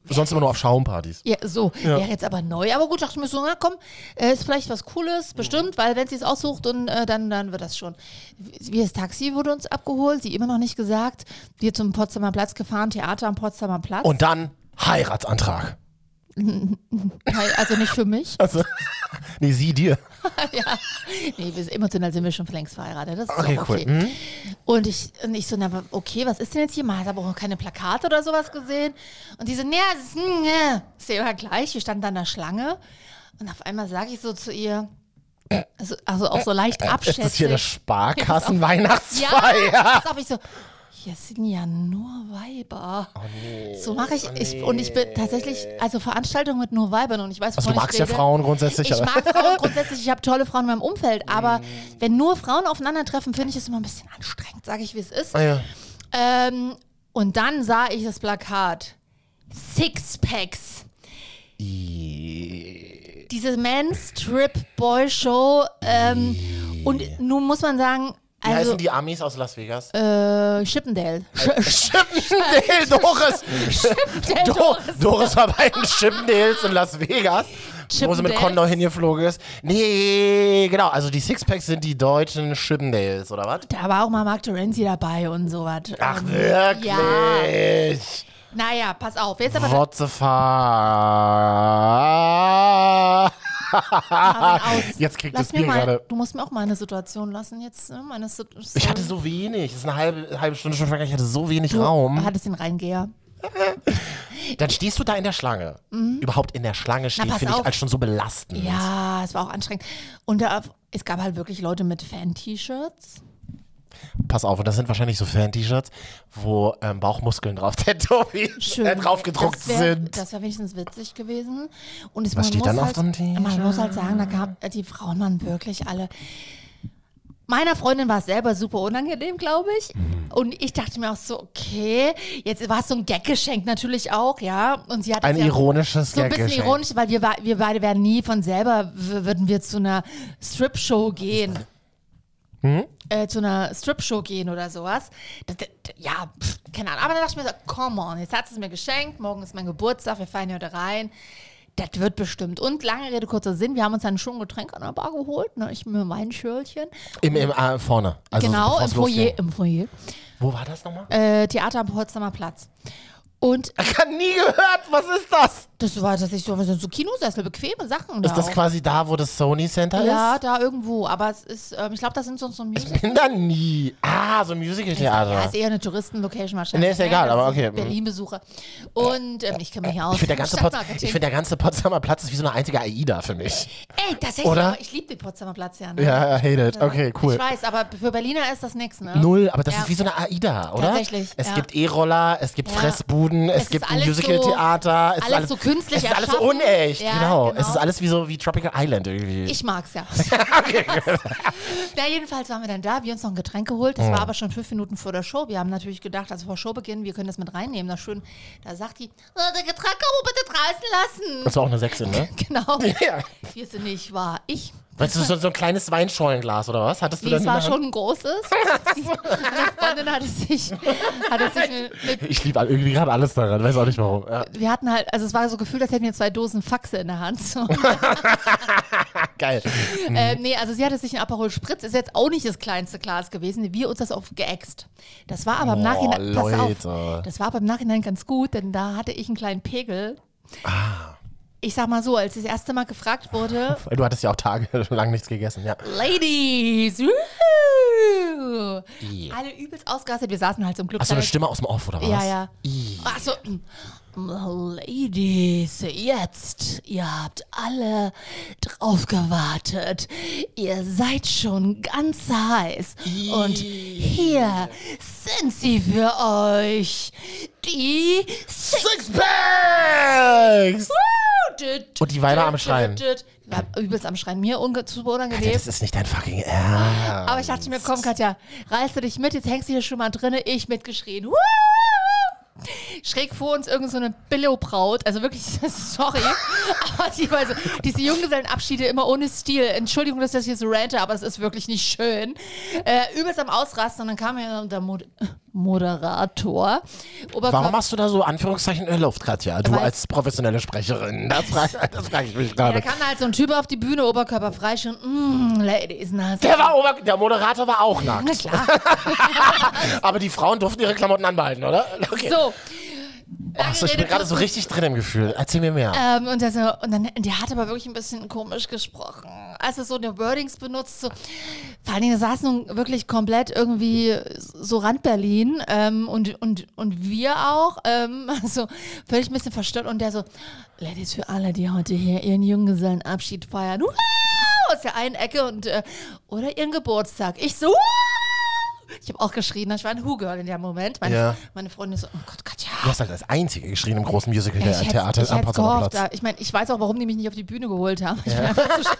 A: Sonst immer nur auf Schaumpartys.
B: ja, so, wäre jetzt aber neu. Aber gut, dachte ich mir so, na komm, äh, ist vielleicht was Cooles, bestimmt, weil wenn sie es aussucht, und, äh, dann, dann wird das schon. Wir, das Taxi wurde uns abgeholt, sie immer noch nicht gesagt. Wir zum Potsdamer Platz gefahren, Theater am Potsdamer Platz.
A: Und dann Heiratsantrag.
B: Nein, Also nicht für mich.
A: Also, nee, sie dir.
B: ja. Nee, wir, emotional sind wir schon längst verheiratet. Das ist
A: Okay,
B: auch
A: cool. Mhm.
B: okay. Und ich, und ich so, na, wa- okay, was ist denn jetzt hier? Man hat aber auch keine Plakate oder sowas gesehen. Und die so, nee, es ist, nee, ist ja immer gleich. Wir standen da in der Schlange. Und auf einmal sage ich so zu ihr, also, also auch so leicht
A: äh, Ist das hier
B: abschätzig.
A: eine Sparkassen-Weihnachtsfeier?
B: ja, pass auf, ich so, hier sind ja nur Weiber.
A: Oh,
B: so mache ich, ich. Und ich bin tatsächlich, also Veranstaltungen mit nur Weibern und ich weiß,
A: Also,
B: wovon
A: du magst
B: ich
A: ja
B: rede.
A: Frauen grundsätzlich.
B: Ich
A: aber- Mm.
B: mag Frauen grundsätzlich, ich habe tolle Frauen in meinem Umfeld, aber wenn nur Frauen aufeinandertreffen, finde ich es immer ein bisschen anstrengend, sage ich, wie es ist.
A: Ah, ja.
B: Ähm, und dann sah ich das Plakat. Sixpacks. Diese Men's Trip Boy Show. Ähm, und nun muss man sagen,
A: Wie
B: also
A: heißen die Amis aus Las Vegas?
B: äh, Chippendale.
A: Chippendale, Doris.
B: Chippendale
A: Do
B: Doris.
A: Doris war bei den Chippendales in Las Vegas, wo sie mit
B: Chippendales?
A: Condor hingeflogen ist. Nee, genau. Also die Sixpacks sind die deutschen Chippendales, oder was?
B: Da war auch mal Mark Terenzi dabei und sowas.
A: Ach, äh.
B: Ähm, Ja.
A: wirklich?
B: Naja, pass auf. Jetzt aber
A: What the fuck?
B: Aber aus.
A: Jetzt kriegt
B: Lass
A: das
B: mir
A: Bier
B: mal,
A: gerade.
B: Du musst mir auch meine Situation lassen jetzt. Ne? Meine Sit-
A: Ich hatte so wenig. Es ist eine halbe, halbe Stunde schon vergangen. Ich hatte so wenig
B: du Ah.
A: Raum.
B: hattest den Reingeher.
A: Dann stehst du da in der Schlange. Überhaupt in der Schlange stehen,
B: Mhm. pass
A: finde ich
B: auf.
A: als schon so belastend.
B: Ja, es war auch anstrengend. Und da, es gab halt wirklich Leute mit Fan-T-Shirts.
A: Pass auf, und das sind wahrscheinlich so Fan-T-Shirts, wo ähm, Bauchmuskeln drauf tätowiert,
B: Schön.
A: äh, draufgedruckt
B: das wär,
A: sind.
B: Das wäre wenigstens witzig gewesen. Und es,
A: Was
B: man
A: steht
B: muss
A: dann auf
B: halt,
A: so einem T-Shirt?
B: Man muss halt sagen, da gab, die Frauen waren wirklich alle. Meiner Freundin war es selber super unangenehm, glaube ich.
A: Mhm.
B: Und ich dachte mir auch so, okay, jetzt war es so ein Gag-Geschenk natürlich auch, ja. Und sie hat
A: Ein
B: es ja,
A: ironisches
B: So ein bisschen
A: Gag-Geschenk.
B: ironisch, weil wir, wa- wir beide werden nie von selber, w- würden wir zu einer Strip-Show gehen.
A: Hm?
B: Äh, zu einer Strip-Show gehen oder sowas. Das, das, ja, pff, keine Ahnung. Aber dann dachte ich mir so, come on, jetzt hat sie es mir geschenkt, morgen ist mein Geburtstag, wir fahren hier heute rein. Das wird bestimmt. Und lange Rede, kurzer Sinn, wir haben uns dann schon ein Getränk an der Bar geholt. Ne? Ich mir mein Schürlchen.
A: Im, im äh, vorne. Also
B: genau,
A: bevor
B: im
A: es
B: Foyer.
A: losging.
B: Im Foyer.
A: Wo war das nochmal?
B: Äh, Theater am Potsdamer Platz. Und
A: Ich habe nie gehört. Was ist das?
B: das war tatsächlich so, so Kinosessel, bequeme Sachen.
A: Ist
B: da
A: das
B: auch.
A: quasi da, wo das Sony Center
B: Genau. Ja,
A: ist?
B: da irgendwo. Aber es ist, ähm, ich glaube, das sind so so Musical.
A: Bin da nie. Ah, so ein Musical-Theater.
B: Ja, ist eher eine Touristenlocation wahrscheinlich. ne?
A: Nee, ist egal,
B: Das
A: aber
B: sind
A: okay, mhm.
B: Berlin-Besucher. Und ähm, ich kenne mich aus.
A: ich finde, der, ganze Pots-
B: Stadtmarketing.
A: ich find, der ganze Potsdamer Platz ist wie so eine einzige AIDA für mich.
B: Ey, tatsächlich,
A: Oder?
B: aber ich liebe den Potsdamer Platz ja. Ne?
A: Ja, I hate it. Okay, cool.
B: Ich weiß, aber für Berliner ist das nichts, ne?
A: Null, aber das
B: Ja.
A: ist wie so eine AIDA, oder?
B: Tatsächlich,
A: Es
B: ja.
A: gibt E-Roller, es gibt
B: Ja.
A: Fressbuden, es,
B: Es
A: gibt
B: ist
A: ein
B: alles
A: Musical-Theater. es
B: so-
A: ist
B: alles so künstlich
A: Es ist alles
B: erschaffen.
A: unecht,
B: Ja,
A: genau.
B: genau.
A: Es ist alles wie so wie Tropical Island irgendwie.
B: Ich mag's ja. Na, jedenfalls waren wir dann da, wir uns noch ein Getränk geholt.
A: Oh.
B: Das war aber schon fünf Minuten vor der Show. Wir haben natürlich gedacht, also vor Showbeginn, wir können das mit reinnehmen. Da schön, da sagt die, "Oh, der Getränk aber bitte draußen lassen.
A: das war auch eine Sechse, ne?
B: Genau.
A: ja.
B: Wir sind nicht wahr. Ich
A: Weißt du, so, so ein kleines Weinschorlenglas oder was? Hattest du
B: Nee,
A: dann
B: es
A: in
B: war
A: der Hand?
B: schon ein großes. Meine Freundin hatte sich, hatte sich eine, eine,
A: Ich liebe all- irgendwie gerade alles daran, weiß auch nicht warum. Ja.
B: wir hatten halt, also es war so gefühlt, als hätten wir zwei Dosen Faxe in der Hand. So.
A: Mhm. Geil.
B: äh, nee, also sie hatte sich einen Aperol Spritz, ist jetzt auch nicht das kleinste Glas gewesen, wir uns das aufgeäxt. Das war aber im
A: Boah,
B: Nachhinein, pass
A: Leute.
B: auf, das war aber im Nachhinein ganz gut, denn da hatte ich einen kleinen Pegel.
A: Ah.
B: Ich sag mal so, als das erste Mal gefragt wurde,
A: Weil Du hattest ja auch tagelang nichts gegessen, ja.
B: Ladies, wuhu,
A: I.
B: alle übelst ausgerastet, wir saßen halt zum Glück
A: Hast du
B: da-
A: eine Stimme aus dem Off oder was?
B: Ja, ja.
A: I.
B: Achso. Ladies, jetzt, ihr habt alle drauf gewartet. Ihr seid schon ganz heiß. Und hier sind sie für euch. Die
A: Sixpacks!
B: Sixpacks.
A: Und die Weiber am Schreien.
B: Ich war übelst am Schreien. Mir unge super
A: Ja,
B: unangenehm.
A: das ist nicht dein fucking Ernst.
B: Aber ich dachte mir, komm, Katja, reiß du dich mit, jetzt hängst du hier schon mal drinne. Ich mitgeschrien. Schräg vor uns irgend so eine Billo-Braut, also wirklich, sorry, aber die, also, diese Junggesellenabschiede immer ohne Stil. Entschuldigung, dass ich das hier so rante, aber es ist wirklich nicht schön. Äh, übelst am Ausrasten und dann kam ja der Mod Moderator. Oberkörper-
A: Warum machst du da so Anführungszeichen in der Luft, Katja? Du
B: Weil-
A: als professionelle Sprecherin. Das frage das frag ich mich
B: ja, da
A: gerade.
B: kam halt so ein Typ auf die Bühne, Oberkörper frei, schon, mm, Ladies, na,
A: Der, war Ober der Moderator war auch nackt.
B: na klar.
A: Aber die Frauen durften ihre Klamotten anbehalten, oder? Okay.
B: So,
A: Ach so, ich bin gerade so richtig drin im Gefühl. Erzähl mir mehr.
B: Ähm, und, der so, und dann, der hat aber wirklich ein bisschen komisch gesprochen. Also so eine Wordings benutzt, so. Vor allen Dingen saß nun wirklich komplett irgendwie so Rand Berlin ähm, und, und, und wir auch. Ähm, also völlig ein bisschen verstört. Und der so, Ladies, für alle, die heute hier ihren Junggesellenabschied feiern. Hurra! Aus der einen Ecke und äh, oder ihren Geburtstag. Ich so, Hurra! ich habe auch geschrien, ne? ich war ein Who-Girl in dem Moment. Meine,
A: Ja.
B: meine Freundin so, oh Gott, Katja.
A: Du hast halt als Einzige geschrien im großen Musical
B: Ja,
A: der
B: ich hätt's-
A: Äh, Theater
B: ich
A: am
B: hätt's
A: Potsdamer
B: gehofft,
A: Platz.
B: aber Ich meine, ich weiß auch, warum die mich nicht auf die Bühne geholt haben. Ich, bin, einfach zu, sch-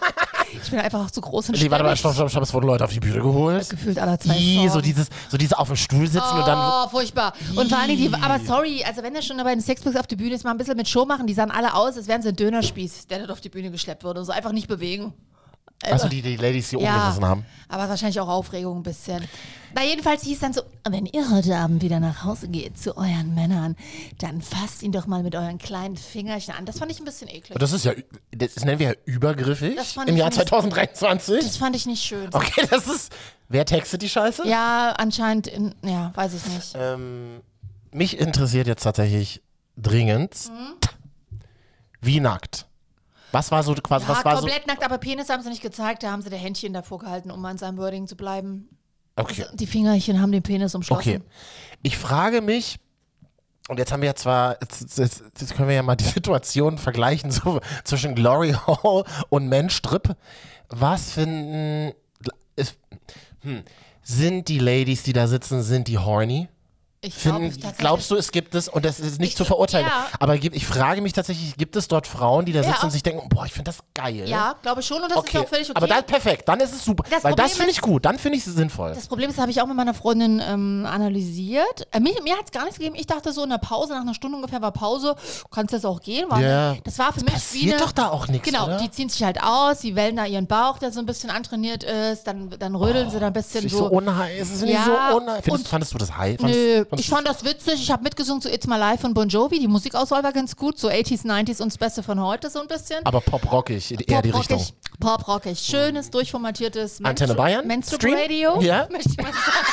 B: ich bin einfach zu groß und
A: Nee, warte mal,
B: stämmig.
A: stopp, stopp, stopp, es wurden Leute auf die Bühne geholt.
B: Gefühlt aller zwei
A: I, so
B: Sorgen.
A: dieses, so dieses auf dem Stuhl sitzen und dann
B: Oh, furchtbar. Und vor allen Dingen, die, aber sorry, also wenn er schon bei den Sexpicks auf die Bühne ist, mal ein bisschen mit Show machen, die sahen alle aus, als wären sie ein Dönerspieß, der dort auf die Bühne geschleppt wurde. So einfach nicht bewegen.
A: Also die, die Ladies, die
B: äh, Ja,
A: umgerissen haben.
B: aber wahrscheinlich auch Aufregung ein bisschen. Na, jedenfalls hieß dann so, wenn ihr heute Abend wieder nach Hause geht zu euren Männern, dann fasst ihn doch mal mit euren kleinen Fingerchen an. Das fand ich ein bisschen eklig.
A: Das ist ja, das nennen wir ja übergriffig
B: Das fand
A: im
B: ich
A: Jahr
B: nicht-
A: 2023.
B: Das fand ich nicht schön.
A: Okay, das ist, wer textet die Scheiße?
B: Ja, anscheinend, in, ja, weiß ich nicht.
A: Ähm, mich interessiert jetzt tatsächlich dringend,
B: Mhm.
A: wie nackt? Was war so quasi,
B: ja,
A: was war so,
B: komplett nackt, aber Penis haben sie nicht gezeigt, da haben sie der Händchen davor gehalten, um an seinem Wording zu bleiben.
A: okay,
B: Die Fingerchen haben den Penis umschlossen.
A: okay. Ich frage mich, und jetzt haben wir ja zwar, jetzt, jetzt, jetzt können wir ja mal die Situation vergleichen so, zwischen Glory Hall und Menstrip. Was finden, ist, hm, sind die Ladies, die da sitzen, sind die horny?
B: Ich glaub,
A: Finden,
B: tatsächlich-
A: glaubst du, es gibt es, und das ist nicht
B: Ich-
A: zu verurteilen,
B: ja.
A: aber gibt, ich frage mich tatsächlich, gibt es dort Frauen, die da sitzen und sich denken, boah, ich finde das geil.
B: Ja, glaube ich schon und das
A: okay.
B: ist auch völlig okay.
A: Aber dann perfekt, dann ist es super,
B: Das
A: weil das
B: Problem
A: finde ich gut, dann finde ich es sinnvoll.
B: das Problem ist, habe ich auch mit meiner Freundin ähm, analysiert. Äh, mir mir hat es gar nichts gegeben. Ich dachte so in der Pause, nach einer Stunde ungefähr war Pause, kannst jetzt auch gehen. War
A: Ja.
B: Das war für mich wie
A: Passiert
B: eine,
A: doch da auch nichts,
B: Genau,
A: oder?
B: die ziehen sich halt aus, die wellen da ihren Bauch, der so ein bisschen antrainiert ist, dann, dann rödeln sie da ein bisschen
A: Finde ich so unheiß, das finde ich
B: Ja,
A: so unheiß. Findest,
B: und-
A: fandest du das heiß?
B: Nö, ich fand das witzig. Ich habe mitgesungen zu It's My Life von Bon Jovi. Die Musikauswahl war ganz gut. So 80s, 90s und das Beste von heute so ein bisschen.
A: aber poprockig, eher die
B: Poprockig,
A: Richtung.
B: Poprockig. Schönes, durchformatiertes Menstru-
A: Antenne Bayern?
B: Menstrual
A: Stream?
B: Radio.
A: Ja.
B: Möchte ich mal sagen.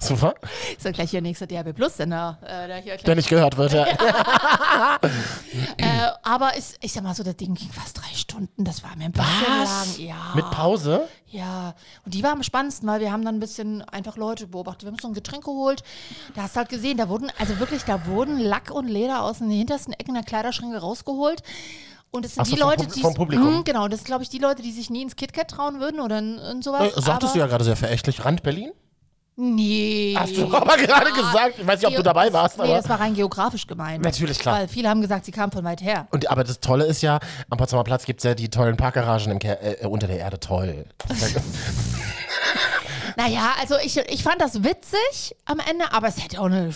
A: Super,
B: So gleich hier nächste DRB Plus Sender. Äh, da hier gleich-
A: der nicht gehört wird. Ja.
B: äh, aber ich, ich sag mal so, das Ding ging fast drei Stunden. Das war mir ein bisschen
A: Was?
B: lang. Ja.
A: Mit Pause?
B: Ja, und die war am spannendsten, weil wir haben dann ein bisschen einfach Leute beobachtet. Wir haben uns so ein Getränk geholt. Da hast du halt gesehen, da wurden, also wirklich, da wurden Lack und Leder aus den hintersten Ecken der Kleiderschränke rausgeholt. Und es sind
A: Ach so,
B: die
A: vom
B: Leute,
A: Pub-
B: die.
A: vom Publikum.
B: Mm, genau, das sind, glaube ich, die Leute, die sich nie ins KitKat trauen würden oder in, in
A: Äh,
B: sowas.
A: sagtest
B: aber,
A: du ja gerade sehr verächtlich, Rand Berlin?
B: Nee.
A: Hast du aber gerade gesagt, ich weiß nicht, ob du dabei warst,
B: Nee,
A: aber-
B: das war rein geografisch gemeint.
A: Natürlich, klar.
B: Weil viele haben gesagt, sie kamen von weit her.
A: Und, aber das Tolle ist ja, am Potsdamer Platz gibt es ja die tollen Parkgaragen im Ke äh, unter der Erde. Toll.
B: Naja, also ich, ich fand das witzig am Ende, aber es hätte auch eine,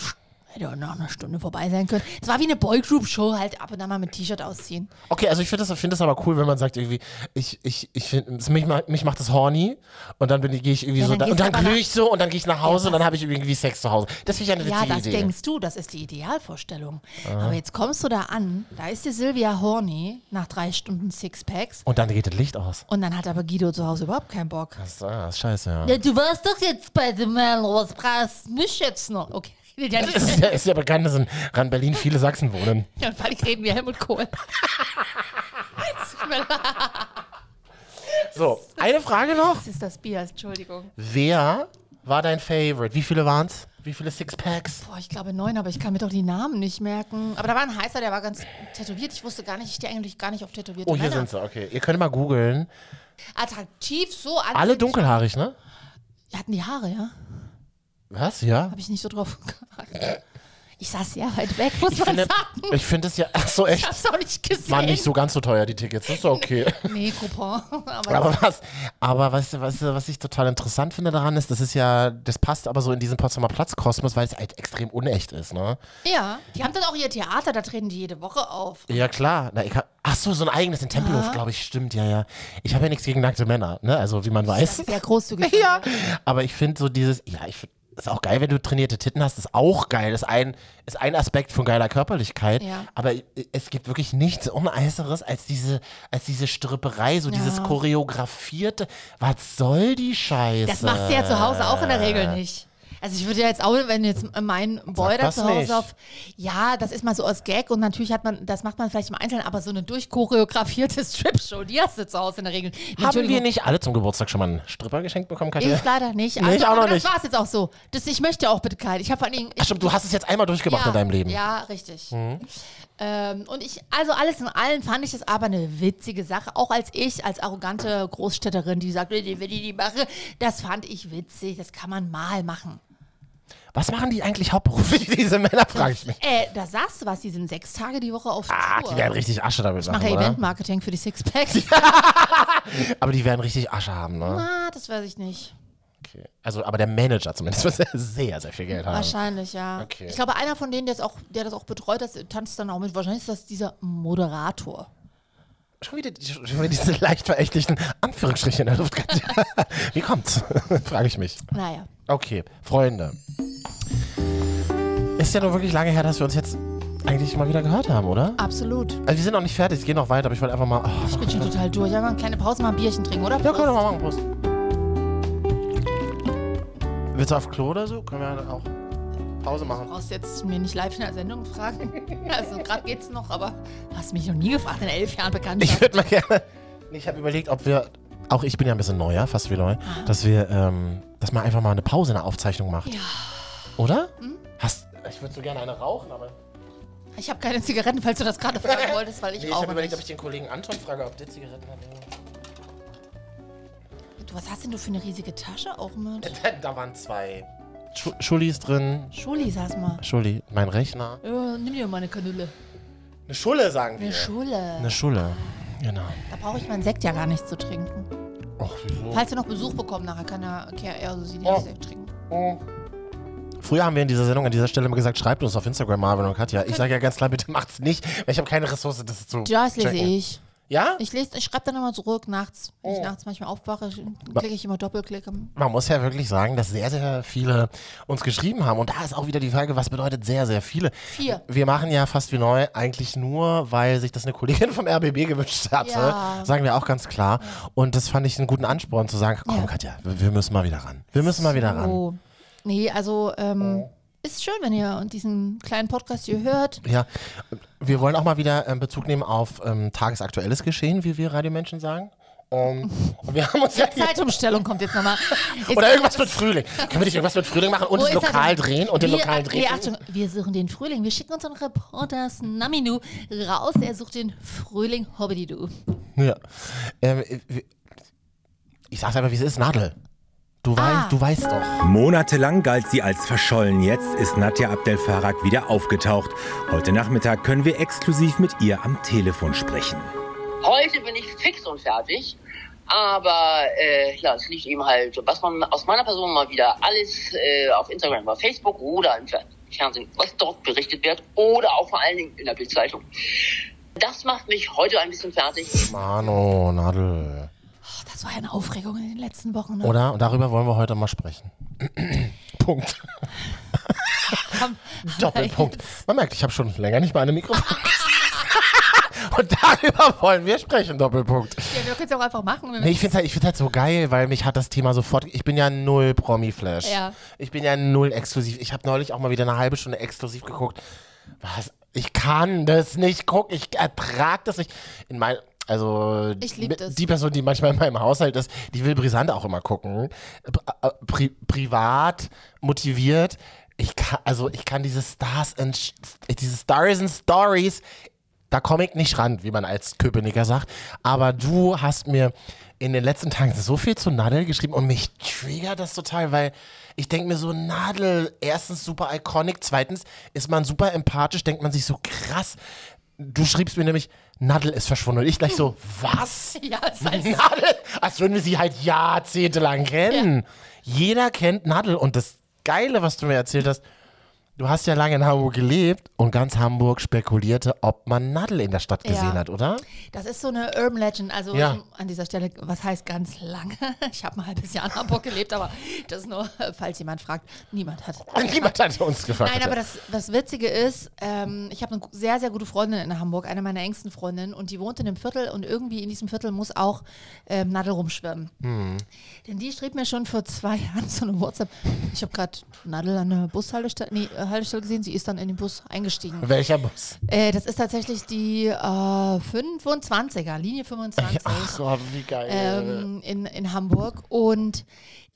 B: hätte auch noch eine Stunde vorbei sein können. Es war wie eine Boygroup-Show, halt ab und an mal mit T-Shirt ausziehen.
A: Okay, also ich finde das, find das aber cool, wenn man sagt, irgendwie, ich, ich, ich finde, mich, ma- mich macht das horny und dann gehe ich irgendwie
B: Ja,
A: so,
B: dann
A: da, und
B: gehst du
A: dann
B: aber
A: glühe
B: nach-
A: ich so und dann gehe ich nach Hause und dann habe ich irgendwie Sex zu Hause. Das finde ich eine
B: Ja,
A: witzige
B: das
A: Idee.
B: denkst du, das ist die Idealvorstellung. Aber jetzt kommst du da an, da ist die Silvia Horny nach drei Stunden Sixpacks
A: Und dann geht das Licht aus.
B: und dann hat aber Guido zu Hause überhaupt keinen Bock.
A: Das, ah, das ist scheiße, ja.
B: Ja, du warst doch jetzt bei dem Mann, was brauchst mich jetzt noch? Okay. Ja, nicht.
A: Es ist, ja, ist ja bekannt, dass in Rand Berlin viele Sachsen wohnen.
B: Ja, und vor allem reden wir Helmut Kohl. Es Tut mir leid.
A: So, eine Frage noch.
B: Das ist das Bier, Entschuldigung.
A: Wer war dein Favorite? Wie viele waren's? Wie viele Sixpacks?
B: Boah, ich glaube neun, aber ich kann mir doch die Namen nicht merken. Aber da war ein heißer, der war ganz tätowiert. Ich wusste gar nicht, ich stehe eigentlich gar nicht auf tätowierte
A: Oh, hier
B: Männer.
A: sind sie, okay. Ihr könnt mal googeln.
B: Attraktiv, so alle.
A: Alle
B: sind-
A: dunkelhaarig, ne?
B: Die hatten die Haare, ja?
A: Was? Ja?
B: Habe ich nicht so drauf geachtet. Ich saß ja weit weg, muss
A: Ich
B: man
A: finde,
B: sagen.
A: ich finde es ja, ach so, echt,
B: Ich hab's auch nicht gesehen.
A: waren nicht so ganz so teuer, die Tickets, das ist doch okay.
B: Nee, Coupon. Aber
A: Aber was, aber was, was, was ich total interessant finde daran ist, das ist ja, das passt aber so in diesen Potsdamer Platzkosmos, weil es halt extrem unecht ist, ne?
B: ja, die haben dann auch ihr Theater, da treten die jede Woche auf.
A: Ja, klar. Na, ich hab, ach so, so ein eigenes in Tempelhof, glaube ich, stimmt, ja, ja. Ich habe ja nichts gegen nackte Männer, ne? Also, wie man
B: Das
A: weiß.
B: ist sehr großzügig.
A: Ja, aber ich finde so dieses, ja, ich finde, ist auch geil, wenn du trainierte Titten hast, ist auch geil. Ist ein, ist ein Aspekt von geiler Körperlichkeit.
B: Ja.
A: Aber i- es gibt wirklich nichts Uneißeres als diese, als diese Stripperei, so dieses
B: Ja.
A: choreografierte. Was soll die Scheiße?
B: Das machst du ja zu Hause auch in der Regel nicht. Also ich würde ja jetzt auch, wenn jetzt mein Boy da
A: Äh. das
B: zu Hause
A: nicht.
B: auf, ja, das ist mal so aus Gag und natürlich hat man, das macht man vielleicht im Einzelnen, aber so eine durchchoreografierte Strip-Show, die hast du zu Hause in der Regel.
A: Haben wir
B: Entschuldigung.
A: nicht alle zum Geburtstag schon mal einen Stripper geschenkt bekommen, Katja?
B: Ich leider nicht.
A: Nee, ich auch
B: aber
A: noch
B: das
A: nicht.
B: war es jetzt auch so. Das, ich möchte auch bitte keinen. Ich habe vor allen Dingen.
A: Ach stimmt, du hast es jetzt einmal durchgemacht
B: ja,
A: in deinem Leben. Mhm.
B: Ja, richtig. Ähm, und ich, also alles in allem fand ich es aber eine witzige Sache. Auch als ich, als arrogante Großstädterin, die sagt, wenn ich die, die mache, das fand ich witzig. Das kann man mal machen.
A: Was machen die eigentlich hauptberuflich, diese Männer, frage ich mich.
B: Äh, da sagst du was, die sind sechs Tage die Woche auf
A: Ah,
B: Tour.
A: die werden richtig Asche damit
B: Mach
A: machen,
B: ja
A: oder?
B: Event-Marketing für die Sixpacks.
A: Aber die werden richtig Asche haben, ne?
B: Ah, das weiß ich nicht.
A: Okay. Also, aber der Manager zumindest wird sehr, sehr viel Geld haben.
B: Wahrscheinlich, ja.
A: Ah. Okay.
B: Ich glaube, einer von denen, der, es auch, der das auch betreut, das tanzt dann auch mit. Wahrscheinlich ist das dieser Moderator.
A: Schon wieder, schon wieder diese leicht verächtlichen Anführungsstriche in der Luft. Katja. Wie kommt's? frage ich mich.
B: Naja.
A: Okay, Freunde. Ist ja nur wirklich lange her, dass wir uns jetzt eigentlich mal wieder gehört haben, oder?
B: Absolut.
A: Also, wir sind noch nicht fertig, es geht noch weiter, aber ich wollte einfach mal. Oh,
B: Ich bin schon total durch. Ja, mal eine kleine Pause, mal ein Bierchen trinken, oder?
A: Ja, können wir mal machen, Prost. Willst du auf Klo oder so? Können wir dann auch Pause
B: Du
A: machen.
B: brauchst jetzt mir nicht live in der Sendung fragen. Also, gerade geht's noch, aber hast mich noch nie gefragt in elf Jahren
A: Ich
B: Bekanntschaft.
A: würde mal gerne. Nee, Ich habe überlegt, ob wir. Auch ich bin ja ein bisschen neuer, fast wie neu, dass wir, ähm, dass man einfach mal eine Pause in der Aufzeichnung macht.
B: Ah. Ja. Hm?
A: Oder? Hast. Ich würde so gerne eine rauchen, aber.
B: Ich habe keine Zigaretten, falls du das gerade fragen wolltest, weil ich
A: Nee, ich
B: rauche.
A: habe überlegt, ob
B: nicht.
A: ich den Kollegen Anton frage, ob der Zigaretten hat.
B: Du, was hast denn du für eine riesige Tasche auch mit?
A: Da waren zwei. Schu- Schullis drin.
B: Schuli, sag's mal.
A: Schulli, mein Rechner.
B: Ja, nimm dir mal eine Kanüle.
A: Eine Schulle, sagen
B: Eine
A: wir.
B: Schule.
A: Eine Schulle. Genau.
B: Da brauche ich meinen Sekt ja gar nicht zu trinken.
A: Ach, wieso?
B: Falls wir noch Besuch bekommen, nachher kann er kann er also sie nicht
A: Oh.
B: Sekt trinken.
A: Früher haben wir in dieser Sendung an dieser Stelle immer gesagt, schreibt uns auf Instagram, Marvin und Katja. Ich sage ja ganz klar, bitte macht's nicht, weil ich habe keine Ressource, das zu
B: Ja, das lese
A: checken.
B: ich.
A: Ja?
B: Ich lese, ich schreibe dann immer zurück nachts. Wenn
A: Oh.
B: ich nachts manchmal aufwache, klicke ich immer Doppelklick. am-
A: Man muss ja wirklich sagen, dass sehr, sehr viele uns geschrieben haben. Und da ist auch wieder die Frage, was bedeutet sehr, sehr viele?
B: Vier.
A: Wir machen ja fast wie neu eigentlich nur, weil sich das eine Kollegin vom RBB gewünscht hatte.
B: Ja.
A: Sagen wir auch ganz klar. Und das fand ich einen guten Ansporn zu sagen, komm
B: Ja.
A: Katja, wir wir müssen mal wieder ran. Wir müssen mal wieder ran. Oh.
B: Oh. Nee, also ähm, ist schön, wenn ihr diesen kleinen Podcast hier hört.
A: Ja, wir wollen auch mal wieder ähm, Bezug nehmen auf ähm, tagesaktuelles Geschehen, wie wir Radiomenschen sagen. Ähm, und wir haben uns ja hier,
B: Zeitumstellung kommt jetzt nochmal. Jetzt-
A: oder irgendwas mit Frühling. Können wir nicht irgendwas mit Frühling machen und
B: Wo
A: es
B: ist Oh, er
A: lokal
B: denn?
A: drehen und den
B: wir,
A: lokalen Dreh?
B: Wir, Achtung, wir suchen den Frühling. Wir schicken unseren Reporter Snaminu raus. Er sucht den Frühling Hobbididu.
A: Ja. Ähm, ich- ich sag's einfach, wie es ist, Nadel. Du,
B: Ah.
A: weißt, du weißt doch.
C: Monatelang galt sie als verschollen. Jetzt ist Nadja Abdel-Farag wieder aufgetaucht. Heute Nachmittag können wir exklusiv mit ihr am Telefon sprechen.
D: Heute bin ich fix und fertig. Aber äh, ja, es liegt eben halt, was man aus meiner Person mal wieder alles äh, auf Instagram, auf Facebook oder im Fer- Fernsehen, was dort berichtet wird oder auch vor allen Dingen in der Bildzeitung. Das macht mich heute ein bisschen fertig.
A: Mano, Nadel.
B: Ach, das war ja eine Aufregung in den letzten Wochen. Ne?
A: Oder? Und darüber wollen wir heute mal sprechen. Punkt.
B: Haben-
A: Doppelpunkt. Man merkt, ich habe schon länger nicht mehr eine Mikrofon. Und darüber wollen wir sprechen, Doppelpunkt.
B: Ja, wir können es ja auch einfach machen. wenn wir-
A: Nee, ich finde es halt, ich find's halt so geil, weil mich hat das Thema sofort. Ich bin ja null Promi-Flash.
B: Ja.
A: Ich bin ja null exklusiv. Ich habe neulich auch mal wieder eine halbe Stunde exklusiv geguckt. Was? Ich kann das nicht gucken. Ich ertrag das nicht. In mein, also
B: Ich lieb
A: mit-
B: das.
A: die Person, die manchmal in meinem Haushalt ist, die will brisant auch immer gucken. Pri- äh, Pri privat, motiviert. Ich kann, also ich kann diese Stars and diese Stars and Stories da komme ich nicht ran, wie man als Köpenicker sagt. Aber du hast mir in den letzten Tagen so viel zu Nadel geschrieben und mich triggert das total, weil ich denke mir so, Nadel, erstens super iconic, zweitens ist man super empathisch, denkt man sich so krass. Du schriebst mir nämlich, Nadel ist verschwunden. Und ich gleich so, was?
B: Ja, das heißt-
A: Nadel, als würden wir sie halt jahrzehntelang kennen. Jeder kennt Nadel und das Geile, was du mir erzählt hast, du hast ja lange in Hamburg gelebt und ganz Hamburg spekulierte, ob man Nadel in der Stadt gesehen
B: Ja.
A: hat, oder?
B: Das ist so eine Urban Legend. Also
A: Ja.
B: ich- an dieser Stelle, was heißt ganz lange? Ich habe ein halbes Jahr in Hamburg gelebt, aber das nur, äh, falls jemand fragt. Niemand hat.
A: Niemand hat uns gefragt.
B: Nein, aber das, das Witzige ist, ähm, ich habe eine gu- sehr, sehr gute Freundin in Hamburg, eine meiner engsten Freundinnen, und die wohnt in einem Viertel und irgendwie in diesem Viertel muss auch ähm, Nadel rumschwimmen. Denn die schrieb mir schon vor zwei Jahren so eine WhatsApp. Ich habe gerade Nadel an der Bushaltestelle nee, äh, Haltestelle gesehen, sie ist dann in den Bus eingestiegen.
A: Welcher Bus?
B: Äh, das ist tatsächlich die äh, 25er, Linie 25
A: Ach Gott, wie geil.
B: ähm, in, in Hamburg. Und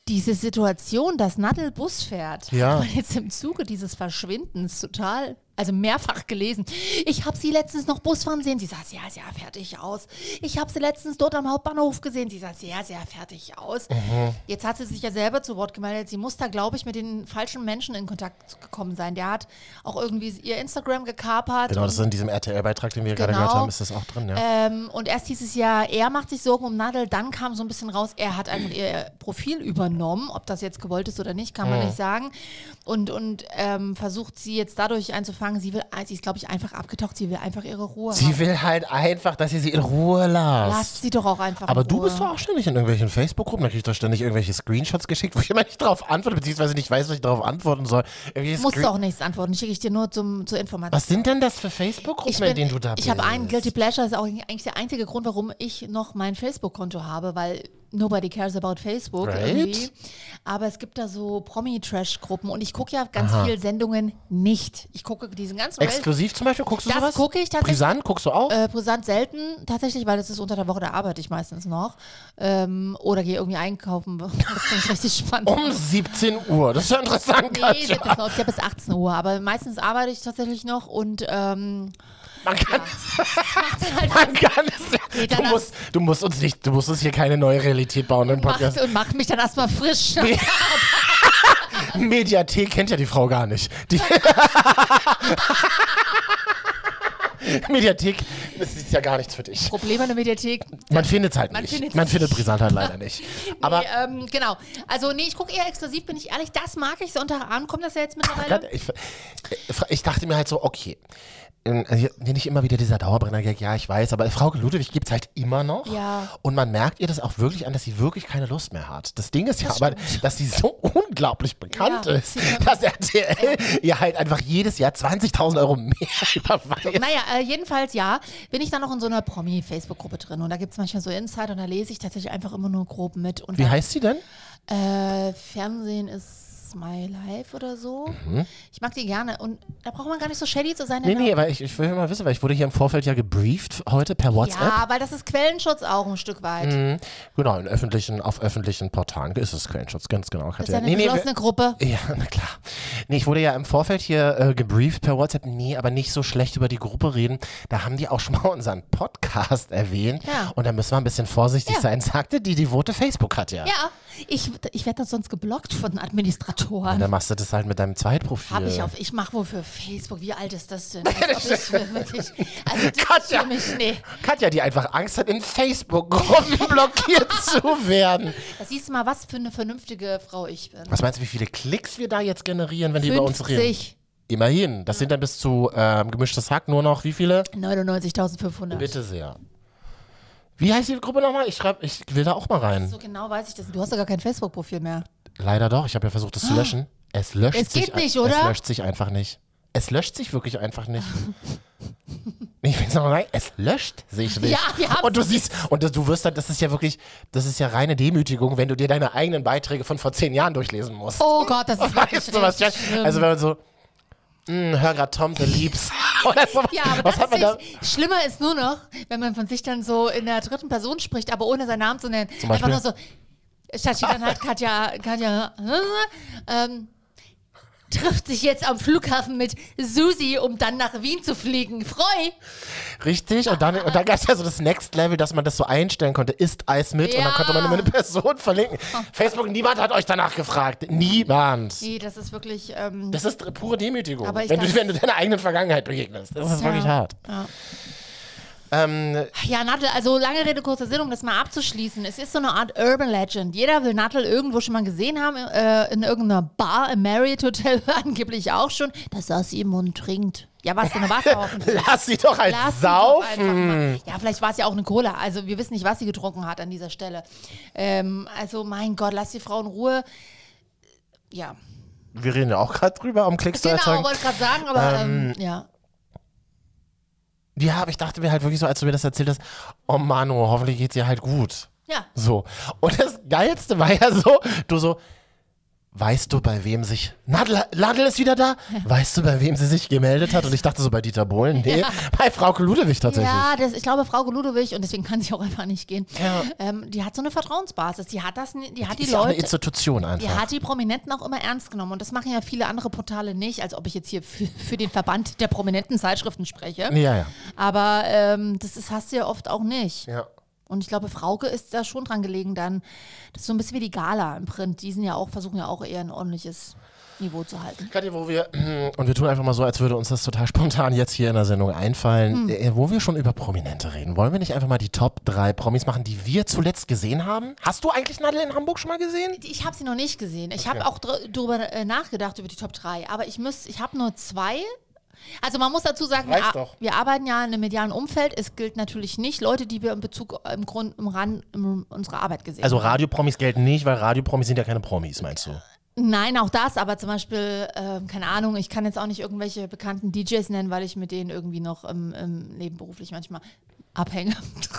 B: diese Situation, dass Nadel Bus fährt,
A: Ja.
B: hat man jetzt im Zuge dieses Verschwindens total, also mehrfach gelesen. Ich habe sie letztens noch Bus fahren sehen. Sie sah sehr, sehr fertig aus. Ich habe sie letztens dort am Hauptbahnhof gesehen. Sie sah sehr, sehr fertig aus.
A: Mhm.
B: Jetzt hat sie sich ja selber zu Wort gemeldet. Sie muss da, glaube ich, mit den falschen Menschen in Kontakt gekommen sein. Der hat auch irgendwie ihr Instagram gekapert.
A: genau, das ist
B: und-
A: in diesem RTL-Beitrag, den wir gerade
B: Genau.
A: gehört haben, ist das auch drin, ja.
B: ähm, und erst dieses Jahr, er macht sich Sorgen um Nadel, dann kam so ein bisschen raus, er hat einfach ihr Profil übernommen, ob das jetzt gewollt ist oder nicht, kann
A: Mhm.
B: man nicht sagen. Und, und ähm, versucht sie jetzt dadurch einzufangen, sie will, sie ist, glaube ich, einfach abgetaucht, sie will einfach ihre Ruhe
A: sie
B: haben.
A: will halt einfach, dass ihr sie in Ruhe lasst.
B: Lasst sie doch auch einfach
A: aber
B: in
A: du
B: Ruhe.
A: bist doch auch ständig in irgendwelchen Facebook-Gruppen, da krieg ich doch ständig irgendwelche Screenshots geschickt, wo ich immer nicht drauf antworte, beziehungsweise nicht weiß, was ich darauf antworten soll. Irgendwelche
B: Musst
A: Screen-
B: du auch nichts antworten, schicke ich dir nur zum, zur Information.
A: Was sind denn das für Facebook-Gruppen, in denen du da bist?
B: Ich habe einen Guilty Pleasure, das ist auch eigentlich der einzige Grund, warum ich noch mein Facebook-Konto habe, weil nobody cares about Facebook
A: Right.
B: irgendwie. Aber es gibt da so Promi-Trash-Gruppen und ich gucke ja ganz viele Sendungen nicht. Ich gucke diesen ganzen Rest-
A: Exklusiv zum Beispiel, guckst du
B: Das
A: sowas?
B: gucke ich tatsächlich.
A: Brisant, guckst du auch?
B: äh, brisant selten, tatsächlich, weil das ist unter der Woche, da arbeite ich meistens noch. Ähm, oder gehe irgendwie einkaufen. Das klingt richtig spannend.
A: um 17 Uhr, das ist ja interessant.
B: Nee,
A: Katja.
B: das ist noch, ich habe bis 18 Uhr, aber meistens arbeite ich tatsächlich noch und ähm,
A: Man kann,
B: macht dann halt
A: man kann es ja.
B: dann
A: Du
B: lass-
A: musst, du musst uns nicht, du musst uns hier keine neue Realität bauen im Podcast.
B: macht und macht mich dann erstmal frisch.
A: Mediathek kennt ja die Frau gar nicht. Die Mediathek, das ist ja gar nichts für dich.
B: Problem an der Mediathek.
A: Man findet es halt nicht.
B: findet's
A: man findet Brisant halt leider nicht. Aber
B: nee, ähm, genau. Also, nee, ich gucke eher exklusiv, bin ich ehrlich. Das mag ich. Sonntagabend kommt das ja jetzt
A: Gott,
B: mittlerweile.
A: ich, äh, ich dachte mir halt so, okay. Ähm, also hier Nicht immer wieder dieser Dauerbrenner-Gag, ja, ich weiß, aber Frau Ludwig gibt es halt immer noch.
B: Ja.
A: Und man merkt ihr das auch wirklich an, dass sie wirklich keine Lust mehr hat. Das Ding ist ja aber, dass sie so unglaublich bekannt
B: Ja,
A: ist,
B: sie kann-
A: dass RTL ihr halt einfach jedes Jahr 20.000 Euro mehr überweist.
B: Naja, äh, jedenfalls ja, bin ich dann noch in so einer Promi-Facebook-Gruppe drin. Und da gibt es manchmal so Insight und da lese ich tatsächlich einfach immer nur grob mit. Und
A: Wie
B: dann,
A: heißt sie denn?
B: Äh, Fernsehen ist My Life oder so. Ich mag die gerne. Und da braucht man gar nicht so shady zu sein.
A: Mhm. Nee,
B: denn-
A: nee, weil ich, ich will mal wissen, weil ich wurde hier im Vorfeld ja gebrieft heute per WhatsApp.
B: ja, weil das ist Quellenschutz auch ein Stück weit.
A: Genau, in öffentlichen, auf öffentlichen Portalen ist es Screenshots, ganz genau.
B: Das
A: Katja.
B: ist ja eine geschlossene Gruppe.
A: wir- ja, na klar. Nee, ich wurde ja im Vorfeld hier äh, gebrieft per WhatsApp. Nee, aber nicht so schlecht über die Gruppe reden. Da haben die auch schon mal unseren Podcast erwähnt.
B: Ja.
A: Und da müssen wir ein bisschen vorsichtig
B: Ja.
A: sein, sagte die devote Facebook hat ja.
B: Ja, ich, ich werde dann sonst geblockt von Administratoren.
A: Und dann machst du das halt mit deinem Zweitprofil.
B: Hab ich auf, ich mache wohl für Facebook. Wie alt ist das denn? Als ob ich wirklich, also das
A: Katja.
B: ist für mich, nee.
A: Katja, die einfach Angst hat, in Facebook-Gruppen blockiert zu werden.
B: Da siehst du mal, was für eine vernünftige Frau ich bin.
A: Was meinst du, wie viele Klicks wir da jetzt generieren, wenn die über uns reden?
B: 50,
A: Immerhin, das sind dann bis zu ähm, gemischtes Hack nur noch wie viele?
B: 99.500.
A: Bitte sehr. Wie heißt die Gruppe nochmal? Ich schreibe, ich will da auch mal rein.
B: So genau weiß ich das. Du hast doch gar kein Facebook-Profil mehr.
A: Leider doch, ich habe ja versucht, das zu löschen. Es löscht
B: Ah. Es
A: sich
B: geht
A: ein-
B: nicht, oder?
A: Es löscht sich einfach nicht. Es löscht sich wirklich einfach nicht. Ich will es nochmal sagen, es löscht sich nicht.
B: Ja, wir haben's.
A: und du siehst, und das, du wirst dann, das ist ja wirklich, das ist ja reine Demütigung, wenn du dir deine eigenen Beiträge von vor zehn Jahren durchlesen musst.
B: Oh Gott, das ist
A: Weißt du, was ich
B: richtig
A: meine? Also wenn man so, "Mh, hör grad Tom the Leaps. Oder sowas.
B: Ja, aber
A: was
B: das
A: hat man
B: ist
A: da?
B: nicht- schlimmer ist nur noch, wenn man von sich dann so in der dritten Person spricht, aber ohne seinen Namen zu nennen. Einfach
A: Beispiel?
B: nur so, statt steht dann halt Katja, Katja, ähm, trifft sich jetzt am Flughafen mit Susi, um dann nach Wien zu fliegen. Freu!
A: Richtig, und dann, und dann gab es ja so das Next Level, dass man das so einstellen konnte, ist Eis mit, und dann
B: Ja. Oh.
A: konnte man immer eine Person verlinken. Facebook, niemand hat euch danach gefragt. Niemand.
B: Nee, das ist wirklich. Ähm,
A: Das ist pure Demütigung,
B: Aber ich
A: wenn du,
B: darf-
A: wenn du deiner eigenen Vergangenheit begegnest. Das ist wirklich hart.
B: Ja.
A: Ähm,
B: ja, Nadel, also lange Rede, kurzer Sinn, um das mal abzuschließen. Es ist so eine Art Urban Legend. Jeder will Nadel irgendwo schon mal gesehen haben, äh, in irgendeiner Bar, im Marriott Hotel angeblich auch schon. Da saß sie im Mund trinkt. Ja, was für eine Wasser hoffentlich.
A: lass sie doch halt
B: Lass sie doch einfach
A: saufen.
B: mal. Ja, vielleicht war es ja auch eine Cola. Also wir wissen nicht, was sie getrunken hat an dieser Stelle. Ähm, also mein Gott, lass die Frau in Ruhe. Ja,
A: Wir reden ja auch gerade drüber, um Klicks zu
B: genau,
A: erzeugen.
B: wollte gerade sagen, aber ähm, ja.
A: Ja, aber ich dachte mir halt wirklich so, als du mir das erzählt hast, oh Manu, hoffentlich geht's ihr halt gut.
B: Ja,
A: So. Und das Geilste war ja so, du so, weißt du, bei wem sich. Nadel, Nadel ist wieder da? Weißt du, bei wem sie sich gemeldet hat? Und ich dachte so bei Dieter Bohlen. Nee, bei Frauke Ludewig tatsächlich.
B: ja das, ich glaube, Frau Ludewig, und deswegen kann sie auch einfach nicht gehen,
A: Ja.
B: ähm, die hat so eine Vertrauensbasis. Die hat das, ni- die hat die,
A: ist ja auch eine
B: Leute.
A: Institution einfach.
B: Die hat die Prominenten auch immer ernst genommen und das machen ja viele andere Portale nicht, als ob ich jetzt hier für, für den Verband der prominenten Zeitschriften spreche.
A: ja, ja.
B: Aber ähm, das ist, hast du ja oft auch nicht.
A: ja.
B: Und ich glaube, Frauke ist da schon dran gelegen, dann. Das ist so ein bisschen wie die Gala im Print. Die sind ja auch, versuchen ja auch eher ein ordentliches Niveau zu halten.
A: Katja, wo wir, und wir tun einfach mal so, als würde uns das total spontan jetzt hier in der Sendung
B: Hm.
A: einfallen, äh, wo wir schon über Prominente reden. Wollen wir nicht einfach mal die Top 3 Promis machen, die wir zuletzt gesehen haben? Hast du eigentlich Nadel in Hamburg schon mal gesehen?
B: Ich habe sie noch nicht gesehen. Ich habe auch dr- drüber äh, nachgedacht, über die Top 3. Aber ich muss, ich habe nur zwei. Also man muss dazu sagen, wir,
A: Reicht
B: ar-
A: doch.
B: wir arbeiten ja in einem medialen Umfeld. Es gilt natürlich nicht Leute, die wir in Bezug äh, im Grund, im Rahmen im- unserer Arbeit gesehen
A: Also Radiopromis gelten nicht, weil Radiopromis sind ja keine Promis, meinst du?
B: Nein, auch das, aber zum Beispiel, ähm, keine Ahnung, ich kann jetzt auch nicht irgendwelche bekannten DJs nennen, weil ich mit denen irgendwie noch im, im Leben beruflich manchmal abhänge.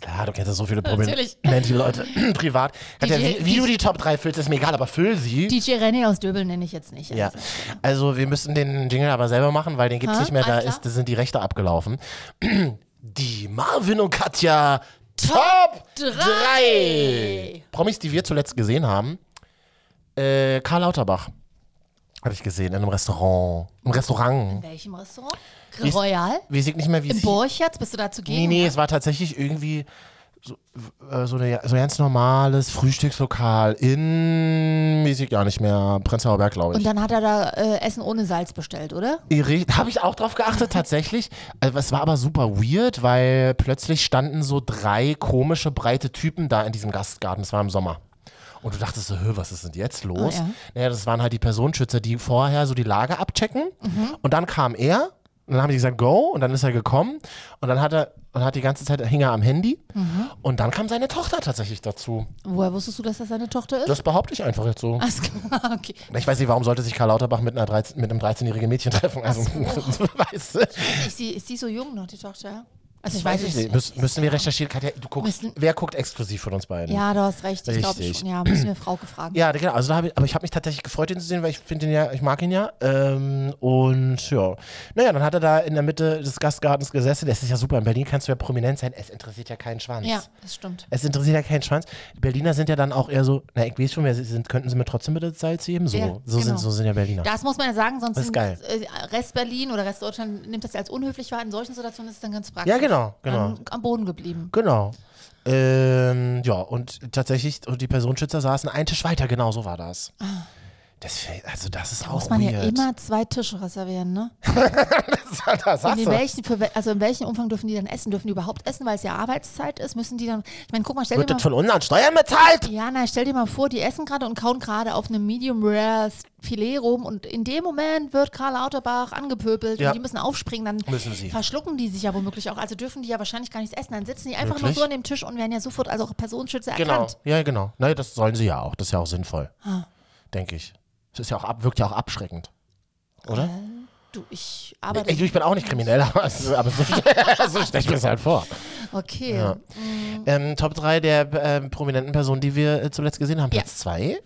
A: Klar, du kennst ja so viele Prominente
B: Natürlich.
A: Leute privat. Katja,
B: DJ
A: wie, wie du die Top 3 füllst, ist mir egal, aber füll sie.
B: DJ René aus Döbel nenne ich jetzt nicht.
A: ja,
B: Also.
A: also wir müssen den Jingle aber selber machen, weil den gibt's
B: Ha?
A: nicht mehr, da
B: Alles klar.
A: ist, sind die Rechte abgelaufen. Die Marvin und Katja Top 3.
B: Also drei.
A: Promis, die wir zuletzt gesehen haben. Äh, Karl Lauterbach habe ich gesehen in einem Restaurant. Im Restaurant.
B: Welchem Restaurant?
A: Wie
B: Grill
A: ist-
B: Royal?
A: Weiß ich nicht mehr, wie
B: Im
A: es
B: Borch jetzt? Bist du da
A: Nee,
B: zugegen?
A: nee, es war tatsächlich irgendwie so, äh, so, eine, so ein ganz normales Frühstückslokal in, weiß ich gar nicht mehr, Prenzlauer Berg, glaube ich.
B: Und dann hat er da äh, Essen ohne Salz bestellt, oder?
A: Habe ich auch drauf geachtet, tatsächlich. Also, es war aber super weird, weil plötzlich standen so drei komische, breite Typen da in diesem Gastgarten. Es war im Sommer. Und du dachtest so, hö, was ist denn jetzt los?
B: Ah, ja.
A: Naja, das waren halt die Personenschützer, die vorher so die Lage abchecken. Und dann kam er. Und dann haben die gesagt, go. Und dann ist er gekommen. Und dann hat er, und hat die ganze Zeit, hing er am Handy. Und dann kam seine Tochter tatsächlich dazu.
B: Woher wusstest du, dass das seine Tochter ist?
A: Das behaupte ich einfach jetzt so.
B: Alles klar, okay.
A: Ich weiß nicht, warum sollte sich Karl Lauterbach mit, einer 13, mit einem 13-jährigen Mädchen treffen? Also, weißt du.
B: Ist sie, ist sie so jung noch, die Tochter? Also ich
A: Weiß ich nicht. Müß, müssen wir recherchieren, Katja? Du guckst,
B: Müssen-
A: wer guckt exklusiv von uns beiden?
B: Ja, du hast recht. Ich glaube
A: Richtig.
B: schon. Ja, müssen wir Frau gefragt.
A: Ja, genau. Also da hab ich, aber ich habe mich tatsächlich gefreut, ihn zu sehen, weil ich finde ihn ja, ich mag ihn ja. Ähm, und ja, naja, dann hat er da in der Mitte des Gastgartens gesessen. Das ist ja super. In Berlin kannst du ja prominent sein. Es interessiert ja keinen Schwanz.
B: Ja, das stimmt.
A: Es interessiert ja keinen Schwanz. Die Berliner sind ja dann auch eher so, na, ich weiß schon, wer sie sind. Könnten sie mir trotzdem bitte Salz geben? So,
B: Ja,
A: so,
B: genau.
A: sind, so sind ja Berliner.
B: Das muss man ja sagen, sonst
A: Das ist geil.
B: äh, Rest Berlin oder Rest Deutschland nimmt das ja als unhöflich wahr. In solchen Situationen ist es dann ganz praktisch.
A: ja, genau, genau.
B: Am, am Boden geblieben.
A: Genau. Ähm, ja, und tatsächlich, und die Personenschützer saßen einen Tisch weiter, genau so war das. Das, fällt- also das ist auch
B: Ah. Muss man
A: weird.
B: ja immer zwei Tische reservieren, ne?
A: da
B: Und
A: saß
B: in
A: er.
B: welchen, für, wel- also in welchem Umfang dürfen die dann essen? Dürfen die überhaupt essen, weil es ja Arbeitszeit ist? Müssen die dann. Ich meine, guck mal, stell
A: Wird
B: dir
A: das
B: mal.
A: von unseren Steuern bezahlt?
B: Ja, na, stell dir mal vor, die essen gerade und kauen gerade auf einem Medium Rare Filet rum und in dem Moment wird Karl Lauterbach angepöbelt
A: Ja.
B: und die müssen aufspringen, dann
A: Müssen sie.
B: verschlucken die sich ja womöglich auch. Also dürfen die ja wahrscheinlich gar nichts essen. Dann sitzen die einfach
A: Wirklich?
B: nur so an dem Tisch und werden ja sofort als auch Personenschützer
A: Genau.
B: erkannt.
A: Ja, genau. Naja, das sollen sie ja auch. Das ist ja auch sinnvoll.
B: Ah.
A: Denke ich. Das ist ja auch ab, wirkt ja auch abschreckend. Oder?
B: Ah, Du, ich arbeite.
A: ich, ich bin auch nicht kriminell, aber, es- aber so, so stelle ich mir es halt vor.
B: okay. Mhm.
A: Ähm, Top 3 der ähm, prominenten Personen, die wir äh, zuletzt gesehen haben.
B: Ja.
A: Platz 2?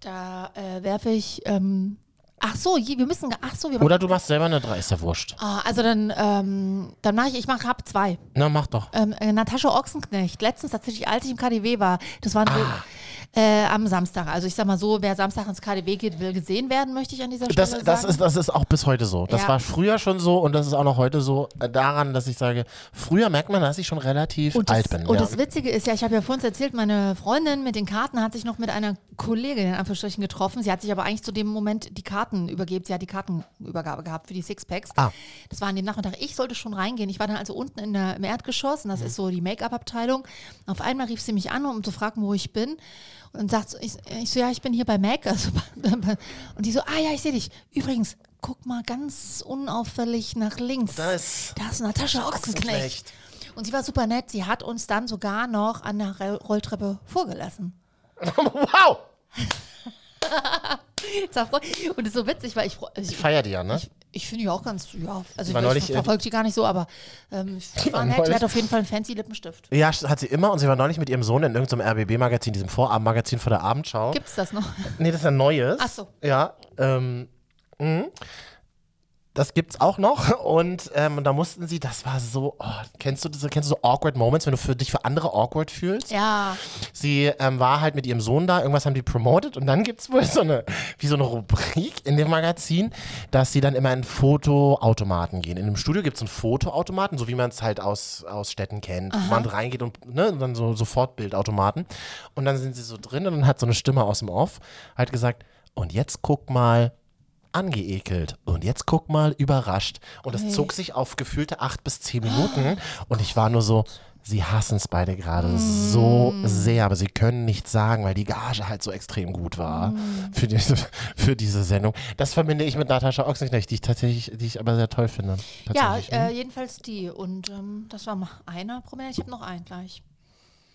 B: Da äh, werfe ich. Ähm, ach so, je, wir müssen. ge- Ach so, wir
A: Oder du machst selber eine 3, ist ja wurscht.
B: Ah, also dann, ähm, dann mache ich, ich mache hab zwei.
A: Na, mach doch. Ah.
B: Ähm, äh, Natascha Ochsenknecht, letztens tatsächlich, als ich im KDW war, das war ein, äh, am Samstag. Also ich sag mal so, wer Samstag ins KDW geht, will gesehen werden, möchte ich an dieser Stelle
A: Das,
B: sagen.
A: das, ist, das ist auch bis heute so. Das
B: Ja.
A: war früher schon so und das ist auch noch heute so äh, daran, dass ich sage, früher merkt man, dass ich schon relativ
B: Und das,
A: alt bin.
B: und
A: ja.
B: das Witzige ist ja, ich habe ja vorhin erzählt, meine Freundin mit den Karten hat sich noch mit einer Kollegin in Anführungsstrichen getroffen. Sie hat sich aber eigentlich zu dem Moment die Karten übergeben. Sie hat die Kartenübergabe gehabt für die Sixpacks.
A: Ah.
B: Das war an dem Nachmittag. Ich sollte schon reingehen. Ich war dann also unten in der, im Erdgeschoss und das
A: Mhm.
B: ist so die Make-up-Abteilung. Auf einmal rief sie mich an, um zu fragen, wo ich bin. Und sagt, so- ich, ich so, ja, ich bin hier bei Mac. Also, und die so, ah ja, ich sehe dich. Übrigens, guck mal ganz unauffällig nach links.
A: Da ist-
B: da ist Natascha Ochsenknecht.
A: Ochsenknecht.
B: Und sie war super nett. Sie hat uns dann sogar noch an der Re- Rolltreppe vorgelassen.
A: wow!
B: Das war froh- Und das ist so witzig, weil ich, fro- ich,
A: Ich feier die ja, ne?
B: ich finde die auch ganz, ja, also
A: war
B: ich,
A: neulich,
B: ich verfolge die gar nicht so, aber ähm, ich
A: war
B: war nett. Die
A: neulich-
B: hat auf jeden Fall einen fancy Lippenstift.
A: Ja, hat sie immer und sie war neulich mit ihrem Sohn in irgendeinem RBB-Magazin, diesem Vorabendmagazin vor der Abendschau.
B: Gibt's das noch?
A: Nee, das ist ein neues.
B: Ach so.
A: Ja. Ähm, mh. das gibt's auch noch. Und, ähm, und da mussten sie, das war so, oh, kennst du diese, kennst du so awkward Moments, wenn du für dich für andere awkward fühlst?
B: Ja.
A: Sie ähm, war halt mit ihrem Sohn da, irgendwas haben die promoted und dann gibt's wohl so eine, wie so eine Rubrik in dem Magazin, dass sie dann immer in Fotoautomaten gehen. In dem Studio gibt's einen Fotoautomaten, so wie man es halt aus, aus Städten kennt, wo man reingeht und, ne, und dann so sofort Bildautomaten. Und dann sind sie so drin und dann hat so eine Stimme aus dem Off halt gesagt, und jetzt guck mal, angeekelt. Und jetzt guck mal, überrascht. Und das zog sich auf gefühlte acht bis zehn Minuten. Und ich war nur so, sie hassen es beide gerade so
B: Mm.
A: sehr, aber sie können nichts sagen, weil die Gage halt so extrem gut war
B: Mm.
A: für, diese, für diese Sendung. Das verbinde ich mit Natascha Ochsenknecht, die ich tatsächlich, die ich aber sehr toll finde.
B: Ja,
A: Tatsächlich.
B: äh, jedenfalls die. Und ähm, das war mal einer Prominent. Ich habe noch einen gleich.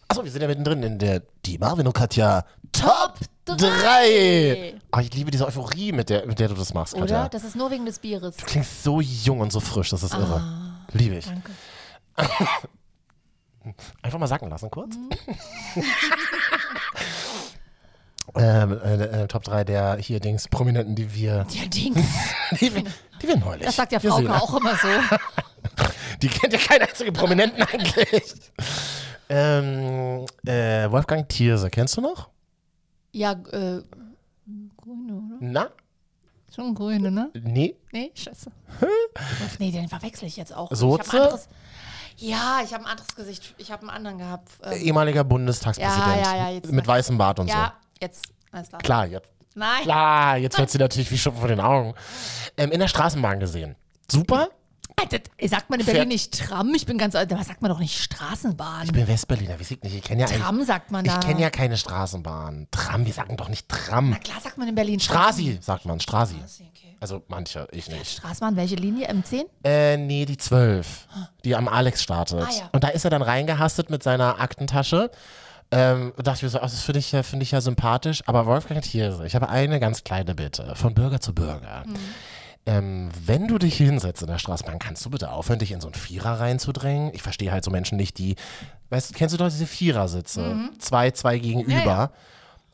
A: Achso, wir sind ja mittendrin in der Die Marvin und Katja Top
B: Top
A: 3. Oh, ich liebe diese Euphorie, mit der, mit der du das machst,
B: Oder?
A: Katja.
B: Das ist nur wegen des Bieres.
A: Du klingst so jung und so frisch, das ist irre. Liebe ich.
B: Ah, Danke.
A: Einfach mal sacken lassen, kurz. ähm, äh, äh, Top 3 der hier Dings Prominenten, die wir,
B: Ja, Dings.
A: die wir, die wir neulich.
B: Das sagt ja
A: gesehen
B: Frauke
A: haben.
B: auch immer so.
A: Die kennt ja kein einziger Prominenten eigentlich. Ähm, äh, Wolfgang Thierse, kennst du noch?
B: Ja, äh, Grüne, oder?
A: Na?
B: Schon Grüne, ne?
A: Nee.
B: Nee, scheiße. nee, den verwechsel ich jetzt auch.
A: Soze?
B: Ich hab ein anderes, ja, ich habe ein anderes Gesicht. Ich habe einen anderen gehabt.
A: Äh,
B: Ähm,
A: Ehemaliger Bundestagspräsident.
B: Ja, ja, ja, jetzt-
A: mit weißem Bart und so.
B: ja, jetzt. Alles klar.
A: Klar, jetzt.
B: Nein.
A: Klar, jetzt wird sie natürlich wie Schuppen von den Augen. Ähm, in der Straßenbahn gesehen. Super.
B: Alter, sagt man in
A: Fährt-
B: Berlin nicht Tram? Ich bin ganz alt. Was sagt man doch nicht Straßenbahn?
A: Ich bin Westberliner, weiß ich nicht. Ich kenne ja eigentlich-
B: Tram sagt man da.
A: Ich kenne ja keine Straßenbahn. Tram, wir sagen doch nicht Tram.
B: Klar sagt man in Berlin
A: Strasi, sagt man, Strasi.
B: okay.
A: Also manche, ich nicht.
B: Straßenbahn, welche Linie? M10?
A: Äh, nee, die 12, die am Alex startet.
B: Ah, ja.
A: Und da ist er dann reingehastet mit seiner Aktentasche. Ähm, und dachte ich mir so, ach, das finde ich, ja, finde ich ja sympathisch. Aber Wolfgang Thierse, ich habe eine ganz kleine Bitte, von Bürger zu Bürger.
B: Mhm.
A: Ähm, wenn du dich hinsetzt in der Straßenbahn, kannst du bitte aufhören, dich in so einen Vierer reinzudrängen? Ich verstehe halt so Menschen nicht, die, weißt du, kennst du doch diese Vierersitze?
B: Mhm.
A: Zwei, zwei gegenüber.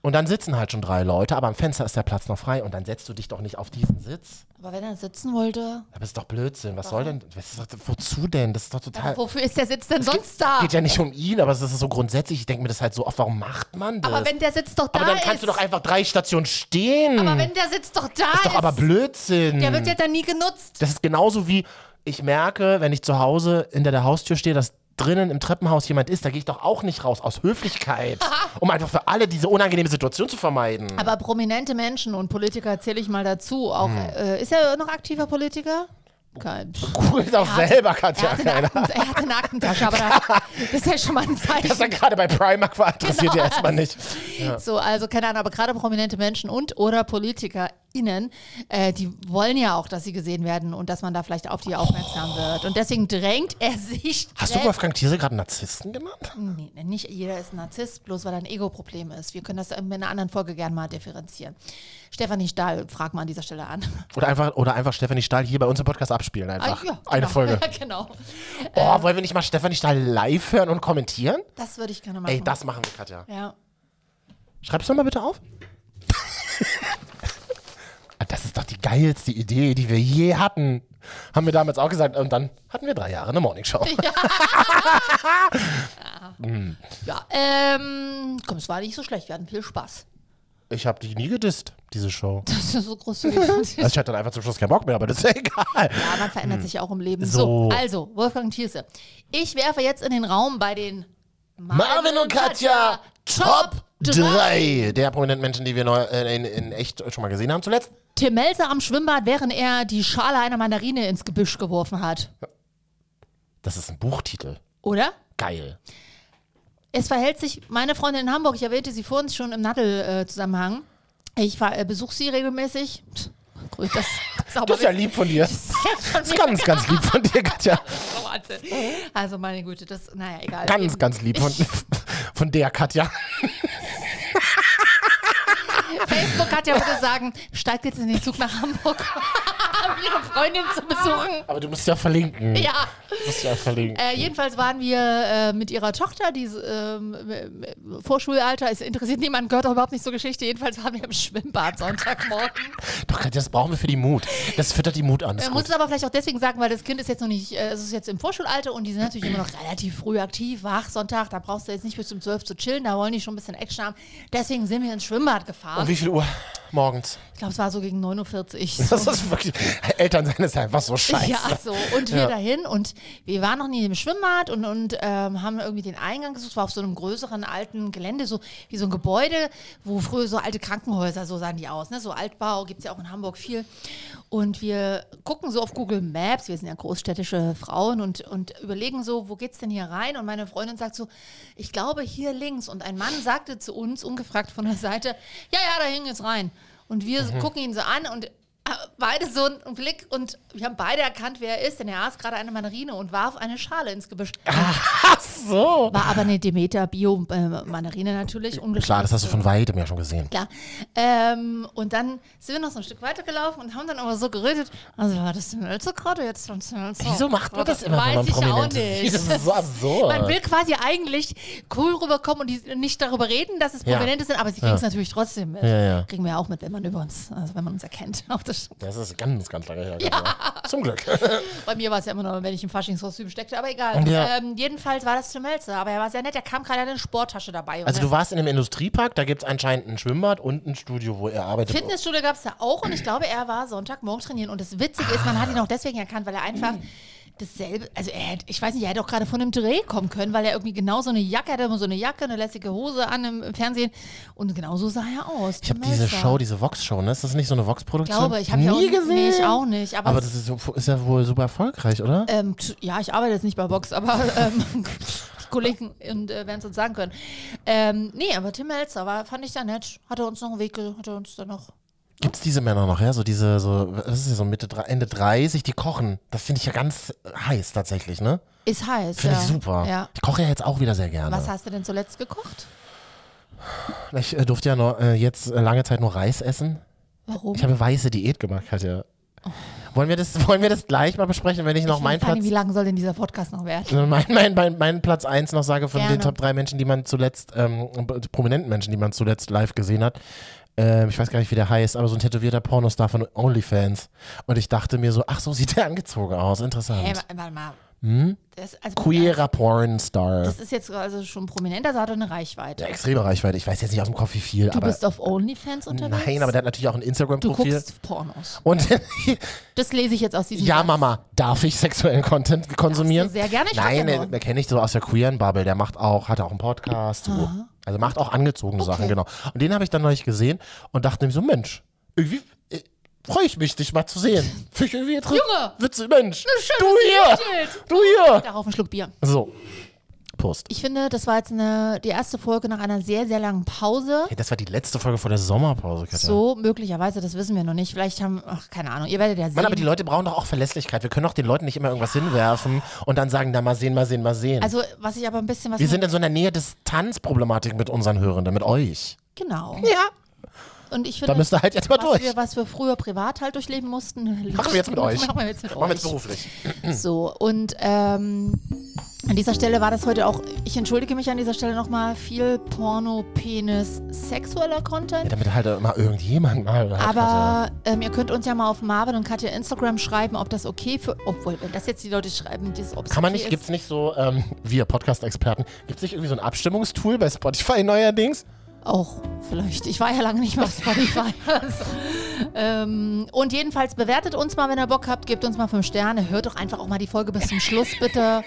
A: Und dann sitzen halt schon drei Leute, aber am Fenster ist der Platz noch frei und dann setzt du dich doch nicht auf diesen Sitz.
B: Aber wenn er sitzen wollte.
A: Aber das ist doch Blödsinn. Was soll denn, was ist, das- wozu denn? Das ist doch total,
B: Wofür ist der Sitz denn sonst da?
A: geht ja nicht um ihn, aber es ist so grundsätzlich. Ich denke mir das halt so oft, warum macht man das?
B: aber wenn der Sitz doch da
A: Aber dann
B: ist.
A: kannst du doch einfach drei Stationen stehen.
B: aber wenn der Sitz doch da ist.
A: ist doch aber Blödsinn.
B: Der wird ja dann nie genutzt.
A: Das ist genauso wie, ich merke, wenn ich zu Hause hinter der Haustür stehe, dass drinnen im Treppenhaus jemand ist, da gehe ich doch auch nicht raus aus Höflichkeit, um einfach für alle diese unangenehme Situation zu vermeiden.
B: Aber prominente Menschen und Politiker zähle ich mal dazu.
A: Hm.
B: Auch äh, ist er noch aktiver Politiker? Kein.
A: Cool ist auch selber, kannst
B: Er
A: ja
B: hatte, eine
A: keiner.
B: Akten, er hatte eine Aktentasche, aber da, das ist ja schon mal ein
A: Das
B: Zeichen.
A: dann gerade bei Primark war, interessiert
B: Genau.
A: ja erstmal nicht.
B: So, also keine Ahnung, aber gerade prominente Menschen und oder PolitikerInnen, äh, die wollen ja auch, dass sie gesehen werden und dass man da vielleicht auf die aufmerksam wird. Und deswegen drängt er sich.
A: Oh. Hast du
B: selbst-
A: Wolfgang Thierse gerade Narzissten genannt?
B: Nee, nicht jeder ist ein Narzisst, bloß weil er ein Ego-Problem ist. Wir können das in einer anderen Folge gerne mal differenzieren. Stefanie Stahl, frag mal an dieser Stelle an.
A: Oder einfach, oder einfach Stefanie Stahl hier bei uns im Podcast abspielen einfach.
B: Ah, ja,
A: Eine
B: genau.
A: Folge.
B: Ja, genau.
A: Oh, wollen wir nicht mal Stefanie Stahl live hören und kommentieren?
B: Das würde ich gerne machen.
A: Ey, das machen wir, Katja.
B: ja.
A: Schreib's doch mal bitte auf. Ah, das ist doch die geilste Idee, die wir je hatten. Haben wir damals auch gesagt. Und dann hatten wir drei Jahre eine Morningshow. Hm.
B: Ja, ähm, komm, es war nicht so schlecht. Wir hatten viel Spaß.
A: Ich habe die nie gedisst, diese Show.
B: Das ist so großzügig.
A: Also ich hatte dann einfach zum Schluss keinen Bock mehr, aber das ist ja egal.
B: Ja, man verändert sich auch im Leben.
A: Hm. So.
B: So, also, Wolfgang Thierse. Ich werfe jetzt in den Raum bei den
A: Marvin und Katja, Top 3 der prominenten Menschen, die wir neu, äh, in, in echt schon mal gesehen haben zuletzt.
B: Tim Melzer am Schwimmbad, während er die Schale einer Mandarine ins Gebüsch geworfen hat.
A: Das ist ein Buchtitel.
B: Oder?
A: Geil.
B: Es verhält sich, meine Freundin in Hamburg, ich erwähnte sie vor uns schon im Nadel-Zusammenhang. Ich war- äh, besuche sie regelmäßig. Pff, grüß Das, das,
A: Das ist ja lieb von dir. Das ist ganz, ganz lieb von dir, Katja.
B: Also meine Güte, das, naja, egal.
A: Ganz, ganz lieb von, von der Katja.
B: Facebook hat ja würde sagen, steigt jetzt in den Zug nach Hamburg, um ihre Freundin zu besuchen.
A: Aber du musst ja verlinken.
B: Ja.
A: Du musst ja verlinken.
B: Äh, jedenfalls waren wir äh, mit ihrer Tochter, die ähm, äh, Vorschulalter, es interessiert niemanden, gehört auch überhaupt nicht zur Geschichte. Jedenfalls waren wir im Schwimmbad Sonntagmorgen.
A: Doch, Katja, das brauchen wir für die Mut. Das füttert die Mut an. Ist gut.
B: Man Ähm. Äh, muss es aber vielleicht auch deswegen sagen, weil das Kind ist jetzt noch nicht, äh, es ist jetzt im Vorschulalter und die sind natürlich immer noch relativ früh aktiv, wach, Sonntag, da brauchst du jetzt nicht bis um 12 zu chillen, da wollen die schon ein bisschen Action haben. Deswegen sind wir ins Schwimmbad
A: Um
B: gefahren.
A: wie viel Uhr morgens?
B: Ich glaube, es war so gegen 49 Uhr.
A: Das ist wirklich. Eltern sein ist einfach so scheiße.
B: Ja, also. so. Und wir
A: Ja.
B: dahin und wir waren noch nie im Schwimmbad und, und ähm, haben irgendwie den Eingang gesucht, war auf so einem größeren alten Gelände, so wie so ein Gebäude, wo früher so alte Krankenhäuser, so sahen die aus, ne? So Altbau gibt es ja auch in Hamburg viel. Und wir gucken so auf Google Maps, wir sind ja großstädtische Frauen und, und überlegen so, wo geht's denn hier rein? Und meine Freundin sagt so, ich glaube hier links. Und ein Mann sagte zu uns, ungefragt von der Seite, ja, ja, da hing jetzt rein. Und wir
A: Mhm.
B: gucken ihn so an und Beide so einen Blick und wir haben beide erkannt, wer er ist, denn er aß gerade eine Mandarine und warf eine Schale ins Gebüsch.
A: Ach so.
B: War aber eine Demeter Bio-Mandarine natürlich,
A: Klar,
B: ungeschlagen.
A: das hast du von weitem ja schon gesehen.
B: Klar. Ähm, und dann sind wir noch so ein Stück weitergelaufen und haben dann aber so geredet, also war das denn Ölzukraut oder jetzt schon
A: Wieso macht man das immer, wenn
B: Weiß
A: man
B: ich auch
A: prominent
B: nicht.
A: ist? Das ist so absurd.
B: Man will quasi eigentlich cool rüberkommen und die nicht darüber reden, dass es
A: Ja.
B: Prominente sind, aber sie kriegen es natürlich trotzdem mit.
A: Ja, ja.
B: Kriegen wir auch mit, wenn man über uns, also wenn man uns erkennt. Auch das
A: Das ist ganz, ganz lange her. Katja. Zum Glück.
B: Bei mir war es ja immer noch, wenn ich im Faschingskostüm steckte, aber egal.
A: Ja.
B: Ähm, jedenfalls war das Tim Melzer, aber er war sehr nett, er kam gerade eine Sporttasche dabei. Und
A: Also
B: er-
A: du warst in einem Industriepark, da gibt es anscheinend ein Schwimmbad und ein Studio, wo er arbeitet.
B: Fitnessstudio gab es da auch und ich glaube, er war Sonntagmorgen trainieren. Und das Witzige ist, man hat ihn auch deswegen erkannt, weil er einfach dasselbe, also er hätte, ich weiß nicht, er hätte auch gerade von einem Dreh kommen können, weil er irgendwie genau so eine Jacke, er hatte immer so eine Jacke, eine lässige Hose an im, im Fernsehen und genau so sah er aus.
A: ich habe diese Show, diese Vox-Show, ne? Ist das nicht so eine Vox-Produktion?
B: Glaube, ich habe
A: nie
B: ja auch- nee,
A: gesehen.
B: ich auch nicht, aber
A: aber
B: es-
A: das ist, so- ist ja wohl super erfolgreich, oder?
B: Ähm, t- ja, ich arbeite jetzt nicht bei Vox, aber ähm, die Kollegen und, äh, werden es uns sagen können. Ähm, nee, aber Tim Melzer war, fand ich da nett. Hat er uns noch einen Weg, ge- hat er uns dann noch.
A: Gibt's diese Männer noch, ja? So diese, so, das ist ja so Mitte, drei- Ende 30, die kochen. Das finde ich ja ganz äh, heiß tatsächlich, ne?
B: Ist heiß.
A: Finde
B: ja.
A: ich super.
B: Ja.
A: Ich koche ja jetzt auch wieder sehr gerne.
B: Was hast du denn zuletzt gekocht?
A: ich äh, durfte ja nur, äh, jetzt äh, lange Zeit nur Reis essen.
B: Warum?
A: Ich habe weiße Diät gemacht, Katja. Wollen wir das, wollen wir das gleich mal besprechen, wenn ich noch
B: Oh. Ich
A: meinen
B: will fragen,
A: Platz,
B: Wie lang soll denn dieser Podcast noch werden?
A: mein, mein, mein, meinen Platz 1 noch sage von den
B: Gerne.
A: Top 3 Menschen, die man zuletzt, ähm, b- prominenten Menschen, die man zuletzt live gesehen hat. Ähm, ich weiß gar nicht, wie der heißt, aber so ein tätowierter Pornostar von OnlyFans. Und ich dachte mir so, ach so, sieht der angezogen aus. Interessant.
B: Hey, wa- warte mal.
A: Hm?
B: Das, also,
A: Queerer Pornstar.
B: Das ist jetzt also schon prominenter, also hat er eine Reichweite.
A: Der extreme Reichweite. Ich weiß jetzt nicht aus dem Kopf, wie viel,
B: Du
A: aber.
B: bist auf OnlyFans unterwegs?
A: Nein, aber der hat natürlich auch ein
B: Du
A: Instagram-Profil.
B: guckst Pornos.
A: Und
B: Das lese ich jetzt aus diesem
A: ja,
B: Satz.
A: Mama, darf ich sexuellen Content konsumieren?
B: Darfst du sehr gerne, ich frag ja
A: Nein,
B: nur.
A: den den kenne ich so aus der queeren Bubble. Der macht auch, hat auch einen Podcast. So. Also macht auch angezogene Sachen, genau. Und den habe ich dann neulich gesehen und dachte mir so, Mensch, irgendwie äh, freue ich mich, dich mal zu sehen. Finde ich irgendwie interessant.
B: Junge!
A: Witzig, Mensch.
B: schön,
A: du
B: dass ihr
A: hier!
B: lächelt.
A: Du hier!
B: Darauf einen Schluck Bier.
A: So. Prost.
B: Ich finde, das war jetzt eine, die erste Folge nach einer sehr, sehr langen Pause.
A: Hey, das war die letzte Folge vor der Sommerpause, Katja.
B: So, möglicherweise, das wissen wir noch nicht. Vielleicht haben, ach, keine Ahnung, ihr werdet ja sehen.
A: Mann, aber die Leute brauchen doch auch Verlässlichkeit. Wir können doch den Leuten nicht immer irgendwas hinwerfen und dann sagen, da mal sehen, mal sehen, mal sehen.
B: also, was ich aber ein bisschen was.
A: wir sind in so einer Nähe Distanzproblematik mit unseren Hörenden, mit euch.
B: genau.
A: Ja.
B: Und ich finde,
A: Da müsst ihr halt jetzt mal
B: was,
A: durch.
B: Wir, was wir früher privat halt durchleben mussten,
A: Machen wir jetzt mit euch.
B: Machen wir jetzt mit
A: Machen wir
B: euch.
A: jetzt beruflich.
B: So, und ähm, an dieser Stelle war das heute auch, ich entschuldige mich an dieser Stelle nochmal, viel Porno, Penis, sexueller
A: Ja,
B: Content.
A: damit halt mal irgendjemand mal. Halt
B: Aber ähm, ihr könnt uns ja mal auf Marvin und Katja Instagram schreiben, ob das okay für, obwohl, wenn das jetzt die Leute schreiben, das, ob es
A: Kann man
B: okay
A: nicht,
B: ist.
A: gibt's nicht so, ähm, wir Podcast-Experten, gibt's nicht irgendwie so ein Abstimmungstool bei Spotify neuerdings?
B: Auch vielleicht. Ich war ja lange nicht mehr auf Spotify. also, ähm, und jedenfalls bewertet uns mal, wenn ihr Bock habt, gebt uns mal fünf Sterne. Hört doch einfach auch mal die Folge bis zum Schluss, bitte.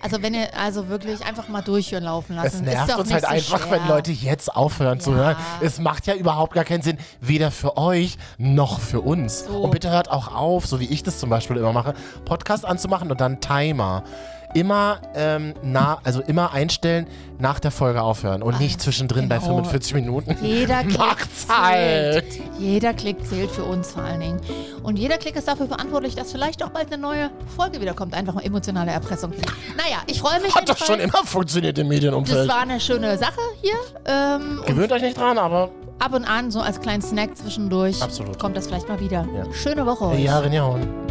B: Also wenn ihr also wirklich einfach mal durchhören laufen lassen.
A: Es
B: Ist
A: nervt
B: doch
A: uns
B: nicht
A: halt
B: so
A: einfach,
B: schwer.
A: wenn Leute jetzt aufhören zu
B: Ja.
A: hören. Es macht ja überhaupt gar keinen Sinn, weder für euch noch für uns.
B: So.
A: Und bitte hört auch auf, so wie ich das zum Beispiel immer mache, Podcast anzumachen und dann Timer. Immer, ähm, na, also immer einstellen, nach der Folge aufhören und nicht zwischendrin bei
B: genau.
A: 45 Minuten.
B: Jeder Klick
A: Macht's halt!
B: zählt. Jeder Klick zählt für uns vor allen Dingen. Und jeder Klick ist dafür verantwortlich, dass vielleicht auch bald eine neue Folge wiederkommt. Einfach mal emotionale Erpressung. Naja, ich freue mich.
A: Hat doch
B: jedenfalls.
A: schon immer funktioniert im
B: Das
A: Medienumfeld.
B: war eine schöne Sache hier. Ähm,
A: Gewöhnt euch nicht dran, aber
B: ab und an, so als kleinen Snack zwischendurch,
A: Absolut.
B: kommt das vielleicht mal wieder.
A: Ja.
B: Schöne Woche euch.
A: ja, wenn ja. und-